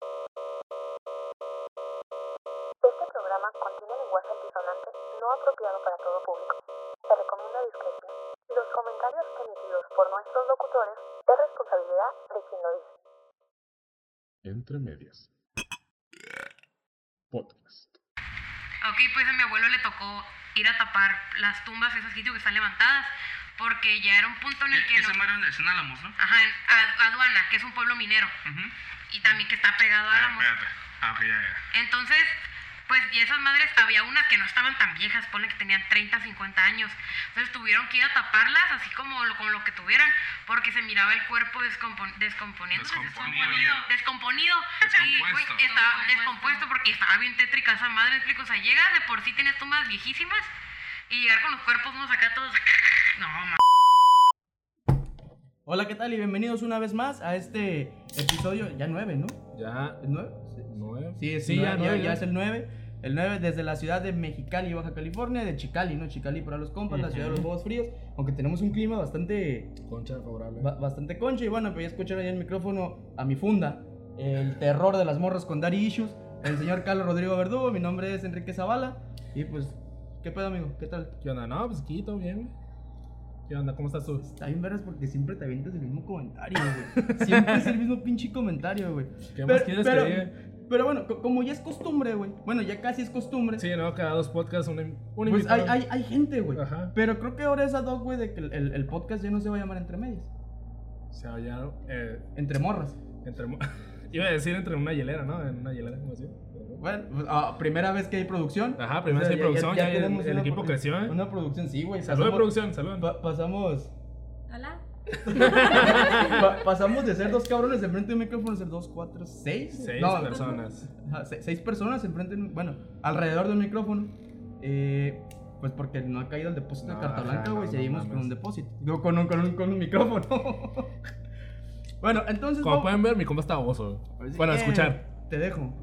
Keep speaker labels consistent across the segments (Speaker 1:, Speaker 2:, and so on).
Speaker 1: Este programa contiene lenguaje antisonante no apropiado para todo público. Se recomienda discreción. Los comentarios emitidos por nuestros locutores es responsabilidad de quien lo dice.
Speaker 2: Entre medias. Podcast.
Speaker 3: Ok, pues a mi abuelo le tocó ir a tapar las tumbas, esos sitios que están levantadas, porque ya era un punpunto en el que...
Speaker 4: Eh, Ese
Speaker 3: no-
Speaker 4: Mario en el Cena Álamos, ¿no?
Speaker 3: Ajá, en Ad- Aduana, que es un pueblo minero,
Speaker 4: Ujú.
Speaker 3: y también que está pegado a
Speaker 4: Ah,
Speaker 3: Álamos.
Speaker 4: espérate. Ah, ok, ya, ya.
Speaker 3: Entonces, pues, y esas madres, había unas que no estaban tan viejas, ponle que tenían 30, 50 años. Entonces tuvieron que ir a taparlas, así como lo, con lo que tuvieran, porque se miraba el cuerpo descompon- descomponiéndose,
Speaker 4: Descomponido.
Speaker 3: descomponido. Descomponido.
Speaker 4: Descompuesto.
Speaker 3: Y, güey, estaba descompuesto porque estaba bien tétrica esa madre, ¿me explico. O sea, llegas de por sí, tienes tumbas viejísimas, y llegar con los cuerpos unos acá todos... No, ma-
Speaker 5: Hola, ¿qué tal? Y bienvenidos una vez más a este episodio, ya 9, ¿no?
Speaker 2: Ya.
Speaker 5: ¿Es 9?
Speaker 2: Nueve.
Speaker 5: Sí, es
Speaker 2: Sí,
Speaker 5: nueve,
Speaker 2: ya,
Speaker 5: nueve,
Speaker 2: ya,
Speaker 5: ya,
Speaker 2: ya.
Speaker 5: es el 9. El 9 desde la ciudad de Mexicali, Baja California, de Chicali, ¿no? Chicali para los compas, la ciudad de los huevos fríos, aunque tenemos un clima bastante,
Speaker 2: Concha favorable.
Speaker 5: ba- bastante concha. Y bueno, pues ya escucharon ahí en el micrófono a mi funda, el terror de las morras con Daddy Issues, el señor Carlos Rodrigo Verdugo, mi nombre es Enrique Zavala, y pues, ¿qué pedo, amigo? ¿Qué tal?
Speaker 2: ¿Qué onda? No, pues aquí todo bien. güey. ¿Qué onda? ¿Cómo estás tú?
Speaker 5: Está bien vergas porque siempre te avientas el mismo comentario, güey. Siempre es el mismo pinche comentario, güey.
Speaker 2: ¿Qué más quieres que
Speaker 5: pero,
Speaker 2: diga?
Speaker 5: pero bueno, co- como ya es costumbre, güey. Bueno, ya casi es costumbre.
Speaker 2: Sí, no, cada dos podcasts un, im- un
Speaker 5: pues hay,
Speaker 2: invitado.
Speaker 5: hay, hay gente, güey.
Speaker 2: Ajá.
Speaker 5: Pero creo que ahora es ad hoc, güey, de que el, el- el podcast ya no se va a llamar Entre Medias.
Speaker 2: O sea, ya, eh,
Speaker 5: Entre morras.
Speaker 2: entre... mo- Iba a decir entre una hielera, ¿no? En una hielera, como así.
Speaker 5: Bueno, pues, ah, primera vez que hay producción.
Speaker 2: Ajá, primera
Speaker 5: O
Speaker 2: vez
Speaker 5: sea,
Speaker 2: que hay producción, ya el-
Speaker 5: tenemos
Speaker 2: el
Speaker 5: una
Speaker 2: equipo
Speaker 5: produ-
Speaker 2: creció, ¿eh?
Speaker 5: Una producción, sí, güey.
Speaker 2: Saludos,
Speaker 5: pasamos-
Speaker 2: producción, saludos.
Speaker 5: pa- pasamos...
Speaker 6: Hola.
Speaker 5: pa- pasamos de ser dos cabrones enfrente de un micrófono a ser dos, cuatro, seis.
Speaker 2: Seis
Speaker 5: No,
Speaker 2: personas.
Speaker 5: Ajá, se- seis personas enfrente, de un- bueno, alrededor del micrófono. Eh, pues porque no ha caído el depósito
Speaker 2: No,
Speaker 5: de carta
Speaker 2: ajá,
Speaker 5: blanca,
Speaker 2: no,
Speaker 5: güey.
Speaker 2: no
Speaker 5: seguimos
Speaker 2: mames.
Speaker 5: con un depósito. Digo, con un, con un, con un micrófono. bueno, entonces.
Speaker 2: Como
Speaker 5: vamos-
Speaker 2: pueden ver, mi compa está baboso. güey.
Speaker 5: Así
Speaker 2: Bueno,
Speaker 5: que
Speaker 2: escuchar.
Speaker 5: Te dejo.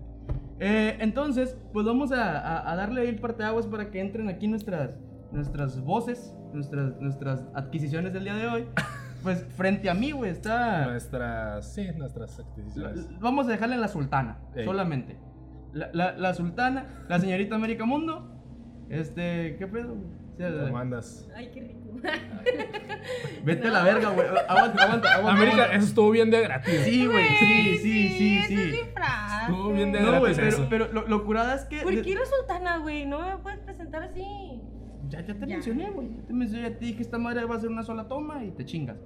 Speaker 5: Eh, entonces, pues vamos a, a- a darle ahí el parteaguas para que entren aquí nuestras, nuestras voces, nuestras, nuestras adquisiciones del día de hoy. Pues frente a mí, güey, está.
Speaker 2: Nuestras, sí, nuestras
Speaker 5: La-
Speaker 2: adquisiciones.
Speaker 5: Vamos a dejarle en la sultana,
Speaker 2: Ey.
Speaker 5: solamente. La, la- la sultana, la señorita América Mundo. Este, ¿qué pedo? güey? O sea,
Speaker 2: Lo mandas.
Speaker 6: Ay, qué rico.
Speaker 5: vete a la verga, güey. Aguanta, aguanta, aguanta.
Speaker 2: América,
Speaker 5: aguanta.
Speaker 2: eso estuvo bien de gratis.
Speaker 5: Sí, güey, sí, sí, sí,
Speaker 6: eso
Speaker 5: sí.
Speaker 6: Es mi frase.
Speaker 2: Estuvo bien de-
Speaker 5: No, güey,
Speaker 2: gratis
Speaker 5: pero,
Speaker 2: eso.
Speaker 5: pero lo, lo curada es que.
Speaker 6: ¿Por qué la sultana, güey? No me puedes presentar así.
Speaker 5: Ya, ya te
Speaker 6: Ya.
Speaker 5: mencioné, güey. Ya te mencioné, ya te dije, esta madre va a ser una sola toma y te chingas.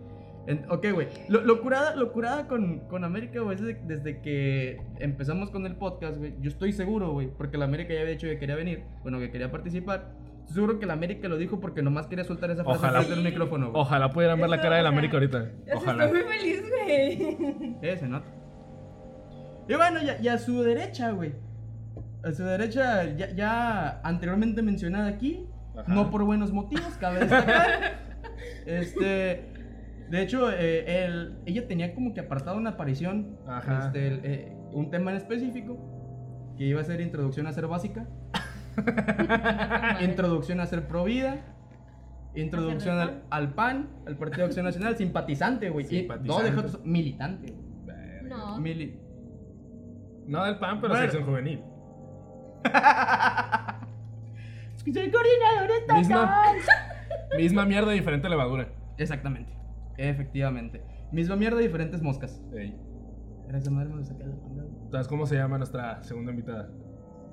Speaker 5: En- ok, güey. Lo, lo curada, lo curada con, con América, güey, es de- desde que empezamos con el podcast, güey. Yo estoy seguro, güey, porque la América ya había dicho que quería venir, bueno, que quería participar. Estoy Seguro que la América lo dijo porque nomás quería soltar esa frase
Speaker 2: Ojalá.
Speaker 5: frente del micrófono, güey.
Speaker 2: Ojalá pudieran ver la
Speaker 6: Eso,
Speaker 2: cara de la
Speaker 6: o sea,
Speaker 2: América ahorita.
Speaker 6: Ya se
Speaker 2: Ojalá.
Speaker 6: Estoy muy feliz, güey.
Speaker 5: Eh, se nota. Y bueno, ya, a su derecha, güey. A su derecha, ya, ya anteriormente mencionada aquí,
Speaker 2: Ajá.
Speaker 5: no por buenos motivos, cabe destacar. este, de hecho, eh, el- ella tenía como que apartado una aparición,
Speaker 2: Ajá.
Speaker 5: este, el, eh, un tema en específico, que iba a ser introducción a ser básica, introducción a ser provida, introducción
Speaker 6: del
Speaker 5: al, al PAN, al Partido de Acción Nacional, simpatizante, güey. y- No,
Speaker 2: Simpatizante.
Speaker 5: deja otros- militante. güey.
Speaker 6: No.
Speaker 5: Mili-
Speaker 2: No del pan, pero
Speaker 5: Bueno.
Speaker 2: sección juvenil.
Speaker 5: Es que soy coordinador
Speaker 2: Misma, misma mierda, diferente levadura.
Speaker 5: Exactamente. Efectivamente. Misma mierda, diferentes moscas.
Speaker 2: Ey.
Speaker 5: Gracias, madre, me lo saqué de la manga, güey.
Speaker 2: ¿Sabes cómo se llama nuestra segunda invitada?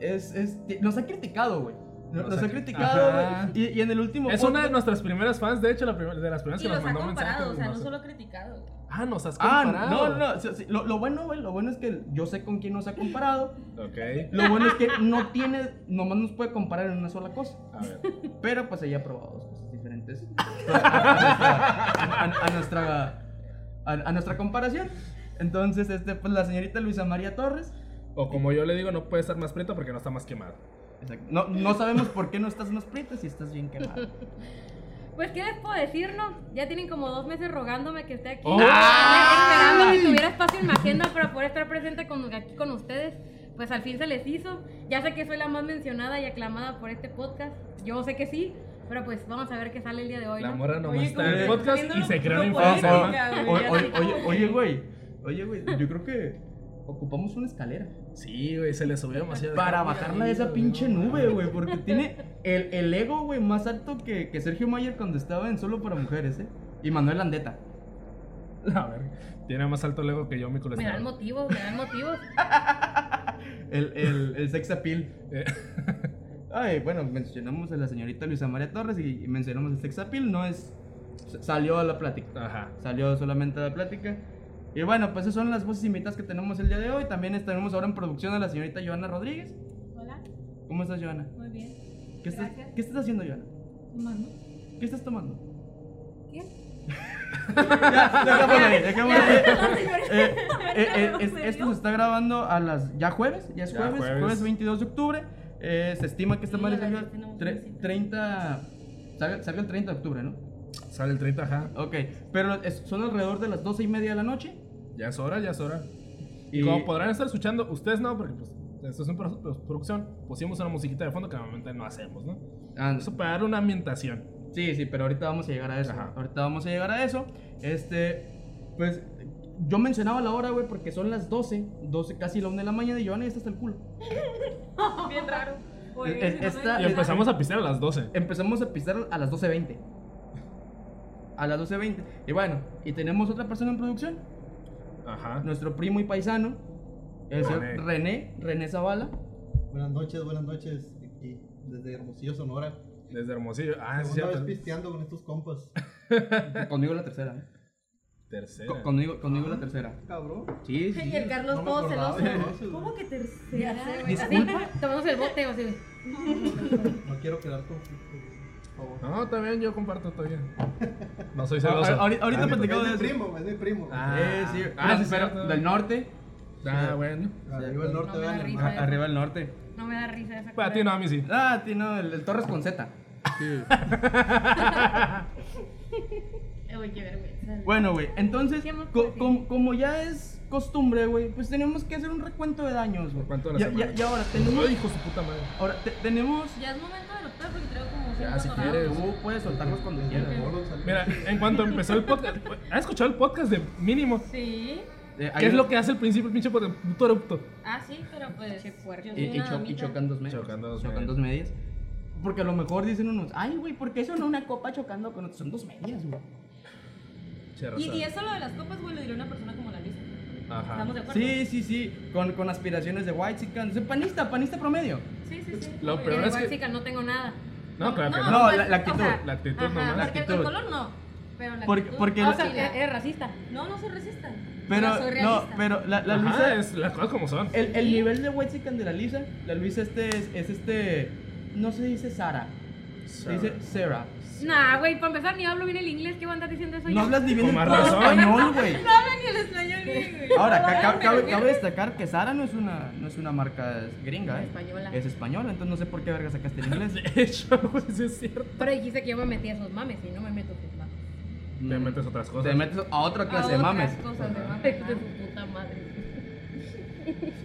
Speaker 5: Es, es, ti- nos ha criticado, güey. Nos, nos ha criticado,
Speaker 2: Ajá.
Speaker 5: güey. Y, y en el último.
Speaker 2: Es una de nuestras primeras fans, de hecho, la primer- de las primeras
Speaker 6: Y
Speaker 2: que nos
Speaker 6: los ha
Speaker 2: mandó mensajes.
Speaker 6: comparado, o sea, no
Speaker 2: nos-
Speaker 6: solo criticado.
Speaker 2: Ah, nos has
Speaker 5: Ah,
Speaker 2: comparado.
Speaker 5: no, no, no. sí, sí, Lo, lo bueno, güey, lo bueno es que yo sé con quién nos ha comparado.
Speaker 2: Ok,
Speaker 5: Lo bueno es que no tiene, nomás nos puede comparar en una sola cosa.
Speaker 2: a ver.
Speaker 5: Pero pues ella ha probado dos cosas diferentes a, a nuestra, a- a nuestra, a- a nuestra comparación. Entonces, este, pues la señorita Luisa María Torres.
Speaker 2: O como yo le digo, no puede estar más preta porque no está más quemada.
Speaker 5: Exacto. No, no sabemos por qué no estás más prieta si estás bien quemada.
Speaker 6: Pues, ¿qué les puedo decir, no? Ya tienen como dos meses rogándome que esté aquí.
Speaker 2: ¡Oh!
Speaker 6: Esperando que tuviera espacio en mi agenda para poder estar presente con, aquí con ustedes. Pues al fin se les hizo. Ya sé que soy la más mencionada y aclamada por este podcast. Yo sé que sí, pero pues vamos a ver qué sale el día de hoy.
Speaker 2: La
Speaker 6: ¿no?
Speaker 2: morra nomás
Speaker 5: Oye,
Speaker 2: está
Speaker 5: como
Speaker 2: en
Speaker 5: que
Speaker 2: el
Speaker 5: está
Speaker 2: podcast y
Speaker 6: viendo
Speaker 5: Ah,
Speaker 2: se crea una
Speaker 6: lo
Speaker 2: influencer.
Speaker 6: polémica,
Speaker 2: ¿no?
Speaker 6: güey.
Speaker 5: O- o- oye, oye, güey. Oye, güey, yo creo que ocupamos una escalera.
Speaker 2: Sí, güey, se le subió demasiado.
Speaker 5: Para bajarla de esa pinche nube, güey. Porque tiene el, el ego, güey, más alto que, que Sergio Mayer cuando estaba en Solo para Mujeres, ¿eh? Y Manuel Landeta.
Speaker 2: A ver, tiene más alto el ego que yo mi
Speaker 6: Me dan
Speaker 2: colesterol.
Speaker 6: motivos, me dan motivos.
Speaker 5: El, el, el sex appeal.
Speaker 2: Eh,
Speaker 5: Ay, bueno, mencionamos a la señorita Luisa María Torres y, y mencionamos el sex appeal. No es. s- Salió a la plática.
Speaker 2: Ajá.
Speaker 5: Salió solamente a la plática. Y bueno, pues esas son las voces invitadas que tenemos el día de hoy. También tenemos ahora en producción a la señorita Joana Rodríguez.
Speaker 7: Hola,
Speaker 5: ¿Cómo estás, Joana?
Speaker 7: muy bien.
Speaker 5: ¿Qué estás,
Speaker 7: Gracias.
Speaker 5: ¿qué estás haciendo, Joana?
Speaker 7: Mano.
Speaker 5: ¿Qué estás tomando?
Speaker 7: ¿Qué?
Speaker 5: Ya, dejémoslo ahí, dejémoslo ahí. Eh, eh, eh,
Speaker 7: no
Speaker 5: es-
Speaker 7: se
Speaker 5: esto
Speaker 7: vio.
Speaker 5: se está grabando a las. Ya jueves, ya es
Speaker 2: Ya
Speaker 5: jueves,
Speaker 2: jueves.
Speaker 5: jueves, 22 de octubre. Eh, se estima que esta
Speaker 7: Sí,
Speaker 5: madre
Speaker 7: la
Speaker 5: salga
Speaker 7: verdad, tenemos
Speaker 5: tre-
Speaker 7: visita.
Speaker 5: 30. Salga, salga el 30 de octubre, ¿no?
Speaker 2: Sale el 30, ajá.
Speaker 5: Ok, pero es- son alrededor de las 12 y media de la noche.
Speaker 2: Ya es hora, ya es hora.
Speaker 5: Y,
Speaker 2: Y como podrán estar escuchando, ustedes no, porque pues esto es una pro- pro- producción. Pusimos una musiquita de fondo que normalmente no hacemos, ¿no?
Speaker 5: Ah,
Speaker 2: Eso para darle una ambientación.
Speaker 5: Sí, sí, pero ahorita vamos a llegar a eso.
Speaker 2: Ajá.
Speaker 5: Ahorita vamos a llegar a eso. Este, pues yo mencionaba la hora, güey, porque son las 12, 12, casi la 1 de la mañana y Giovanna ya está hasta el culo.
Speaker 7: Bien raro.
Speaker 2: eh,
Speaker 7: Muy
Speaker 5: Es-
Speaker 7: bien,
Speaker 5: esta-
Speaker 7: muy
Speaker 2: Y
Speaker 7: bien.
Speaker 2: empezamos a pistear a las 12.
Speaker 5: Empezamos a pisar a las 12.20. A las 12.20. Y bueno, y tenemos otra persona en producción,
Speaker 2: Ajá.
Speaker 5: nuestro primo y paisano, el señor
Speaker 2: René.
Speaker 5: René, René Zavala.
Speaker 8: Buenas noches, buenas noches, aquí, desde Hermosillo, Sonora.
Speaker 2: Desde Hermosillo. Ah, sí,
Speaker 8: Segunda vez
Speaker 2: cierto.
Speaker 8: pisteando con estos compas.
Speaker 5: Conmigo la tercera. ¿eh?
Speaker 2: Tercera.
Speaker 5: Co- conmigo conmigo la tercera.
Speaker 8: Cabrón.
Speaker 5: Sí, sí.
Speaker 6: Y el Carlos
Speaker 8: No me
Speaker 6: todo
Speaker 8: acordaba
Speaker 6: celoso.
Speaker 8: de eso, güey.
Speaker 7: ¿Cómo que tercera?
Speaker 6: Ya sé, güey.
Speaker 5: Disculpa.
Speaker 6: Así, Tomamos el bote, o sea,
Speaker 8: No quiero quedar conflicto,
Speaker 5: Ah,
Speaker 8: güey, por favor.
Speaker 2: No, está bien, yo comparto, está bien. No soy
Speaker 5: Ah,
Speaker 2: celoso.
Speaker 5: ahorita- ahorita
Speaker 2: Ah,
Speaker 5: platicamos
Speaker 8: Es
Speaker 5: de
Speaker 8: mi
Speaker 5: eso.
Speaker 8: primo, es mi primo.
Speaker 2: Ah,
Speaker 5: Eh, sí,
Speaker 2: Ah,
Speaker 5: ah,
Speaker 2: sí,
Speaker 5: sí, pero
Speaker 2: cierto.
Speaker 5: del norte.
Speaker 2: Ah, bueno.
Speaker 8: Arriba el norte,
Speaker 6: No me da
Speaker 8: vean,
Speaker 6: risa.
Speaker 8: hermano.
Speaker 5: A- Arriba del norte.
Speaker 6: no me da risa esa
Speaker 2: Para ti no, a mí sí.
Speaker 5: Ah, a ti no, el, el Torres con Z.
Speaker 6: Oye, qué vergüenza.
Speaker 5: Bueno, güey, entonces,
Speaker 6: ¿Qué más
Speaker 5: co-
Speaker 6: puedo
Speaker 5: com- como ya es costumbre, güey, pues tenemos que hacer un recuento de daños, güey.
Speaker 2: Recuento de la
Speaker 5: Ya-
Speaker 2: semana.
Speaker 5: ya- Y ahora tenemos.
Speaker 2: Ay, hijo de su puta madre.
Speaker 5: Ahora te- tenemos.
Speaker 7: Ya es momento de optar porque traigo como cinco
Speaker 2: si
Speaker 7: atorados.
Speaker 2: quieres.
Speaker 5: Tú puedes soltarlos cuando
Speaker 8: Desde
Speaker 5: quieras.
Speaker 8: el moro salió.
Speaker 2: Mira, en cuanto empezó el podcast, ¿has escuchado el podcast de mínimo?
Speaker 7: Sí.
Speaker 5: Eh, ahí-
Speaker 2: ¿Qué es lo que hace al principio el pinche podcast? Puto erupto.
Speaker 7: Ah, sí, pero pues.
Speaker 6: Che puerco.
Speaker 7: yo
Speaker 5: Y,
Speaker 7: soy
Speaker 5: y
Speaker 7: una
Speaker 5: cho- y
Speaker 7: damita.
Speaker 5: chocan dos medias.
Speaker 2: Chocando dos
Speaker 5: Chocan
Speaker 2: medias.
Speaker 5: dos medias. Porque a lo mejor dicen unos, ay, güey, ¿por qué son una copa chocando con otros? Son dos medias, güey.
Speaker 2: Che,
Speaker 7: Y,
Speaker 2: Rosa.
Speaker 7: y eso lo de las copas, güey, lo diría una persona como la Lisa.
Speaker 2: Ajá.
Speaker 7: ¿Estamos de acuerdo?
Speaker 5: Sí, sí, sí. Con, con aspiraciones de white chican. Soy panista, panista promedio.
Speaker 7: sí, sí. sí.
Speaker 2: Pues, Lo
Speaker 7: Muy
Speaker 2: peor
Speaker 7: bien.
Speaker 2: es
Speaker 6: Pero
Speaker 2: que-
Speaker 6: es chica, no tengo nada.
Speaker 2: No, claro que
Speaker 7: No,
Speaker 2: no.
Speaker 5: No,
Speaker 7: pues,
Speaker 5: la, la
Speaker 7: o
Speaker 5: actitud.
Speaker 7: sea,
Speaker 2: La actitud
Speaker 7: Ajá,
Speaker 2: nomás.
Speaker 5: la
Speaker 7: porque
Speaker 5: actitud.
Speaker 7: el color no, pero la
Speaker 5: Porque-
Speaker 7: actitud.
Speaker 5: porque
Speaker 7: Ah,
Speaker 6: O
Speaker 5: la-
Speaker 7: sí,
Speaker 6: sea,
Speaker 7: la-
Speaker 6: e- eres racista.
Speaker 7: No, no soy racista.
Speaker 5: Pero,
Speaker 7: soy
Speaker 5: no,
Speaker 7: realista.
Speaker 5: pero la, la
Speaker 2: Ajá,
Speaker 5: Luisa
Speaker 2: es las cosas como son.
Speaker 5: El, el nivel de Wexican de la Lisa, la Luisa este es, es este, no se dice Sara, se dice Sarah.
Speaker 6: Nah, güey, para empezar ni hablo bien el inglés, ¿qué van a estar diciendo eso
Speaker 5: No
Speaker 6: yo?
Speaker 5: hablas ni bien
Speaker 2: Con
Speaker 5: el
Speaker 2: más
Speaker 5: puto
Speaker 2: razón.
Speaker 5: español, güey.
Speaker 7: Ni el español bien, güey.
Speaker 5: Ahora, ca- ca-
Speaker 7: Ay,
Speaker 5: cabe,
Speaker 7: pero-
Speaker 5: cabe destacar que Sara no es una, no es una marca gringa, eh.
Speaker 6: Española.
Speaker 5: es española, entonces no sé por qué verga sacaste el inglés.
Speaker 2: De hecho, güey, sí es cierto.
Speaker 6: Pero dijiste que yo me metí a esos mames y no me meto a esos mames.
Speaker 2: Mm. Te metes otras cosas.
Speaker 5: Mm. Te metes a otra
Speaker 7: A
Speaker 5: clase de
Speaker 7: otras
Speaker 5: mames.
Speaker 7: cosas de mames.
Speaker 6: Ay, de su puta madre.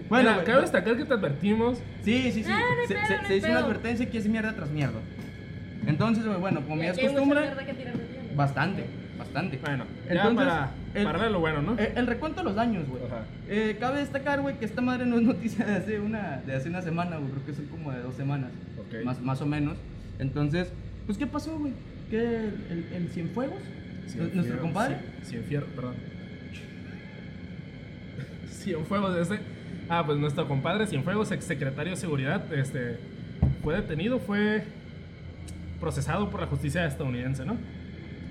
Speaker 5: Bueno,
Speaker 2: Mira,
Speaker 5: güey,
Speaker 2: cabe destacar que te advertimos.
Speaker 5: sí, sí, sí, se,
Speaker 7: pedo,
Speaker 5: se-
Speaker 7: no hay
Speaker 5: se hizo una
Speaker 7: pedo.
Speaker 5: advertencia que es mierda tras mierda. Entonces, güey, bueno, como
Speaker 7: Y
Speaker 5: ya es
Speaker 7: aquí hay mucha
Speaker 5: costumbre,
Speaker 7: mierda que tirar de tiempo.
Speaker 5: bastante, bastante.
Speaker 2: Bueno, ya
Speaker 5: Entonces,
Speaker 2: para,
Speaker 5: el-
Speaker 2: para ver lo bueno, ¿no?
Speaker 5: Eh, El recuento de los daños, güey.
Speaker 2: Ajá.
Speaker 5: Eh, cabe destacar, güey, que esta madre no es noticia de hace una, de hace una semana, güey. Creo que son como de dos semanas,
Speaker 2: Ok.
Speaker 5: más, más o menos. Entonces, pues, ¿qué pasó, güey? ¿Qué? ¿El, el Cienfuegos?
Speaker 2: Cienfuegos,
Speaker 5: ¿Nuestro compadre?
Speaker 2: Cien- Cienfierro, perdón. Cienfuegos, ese. Ah, pues nuestro compadre Cienfuegos, exsecretario de Seguridad, este, fue detenido, fue procesado por la justicia estadounidense, ¿no?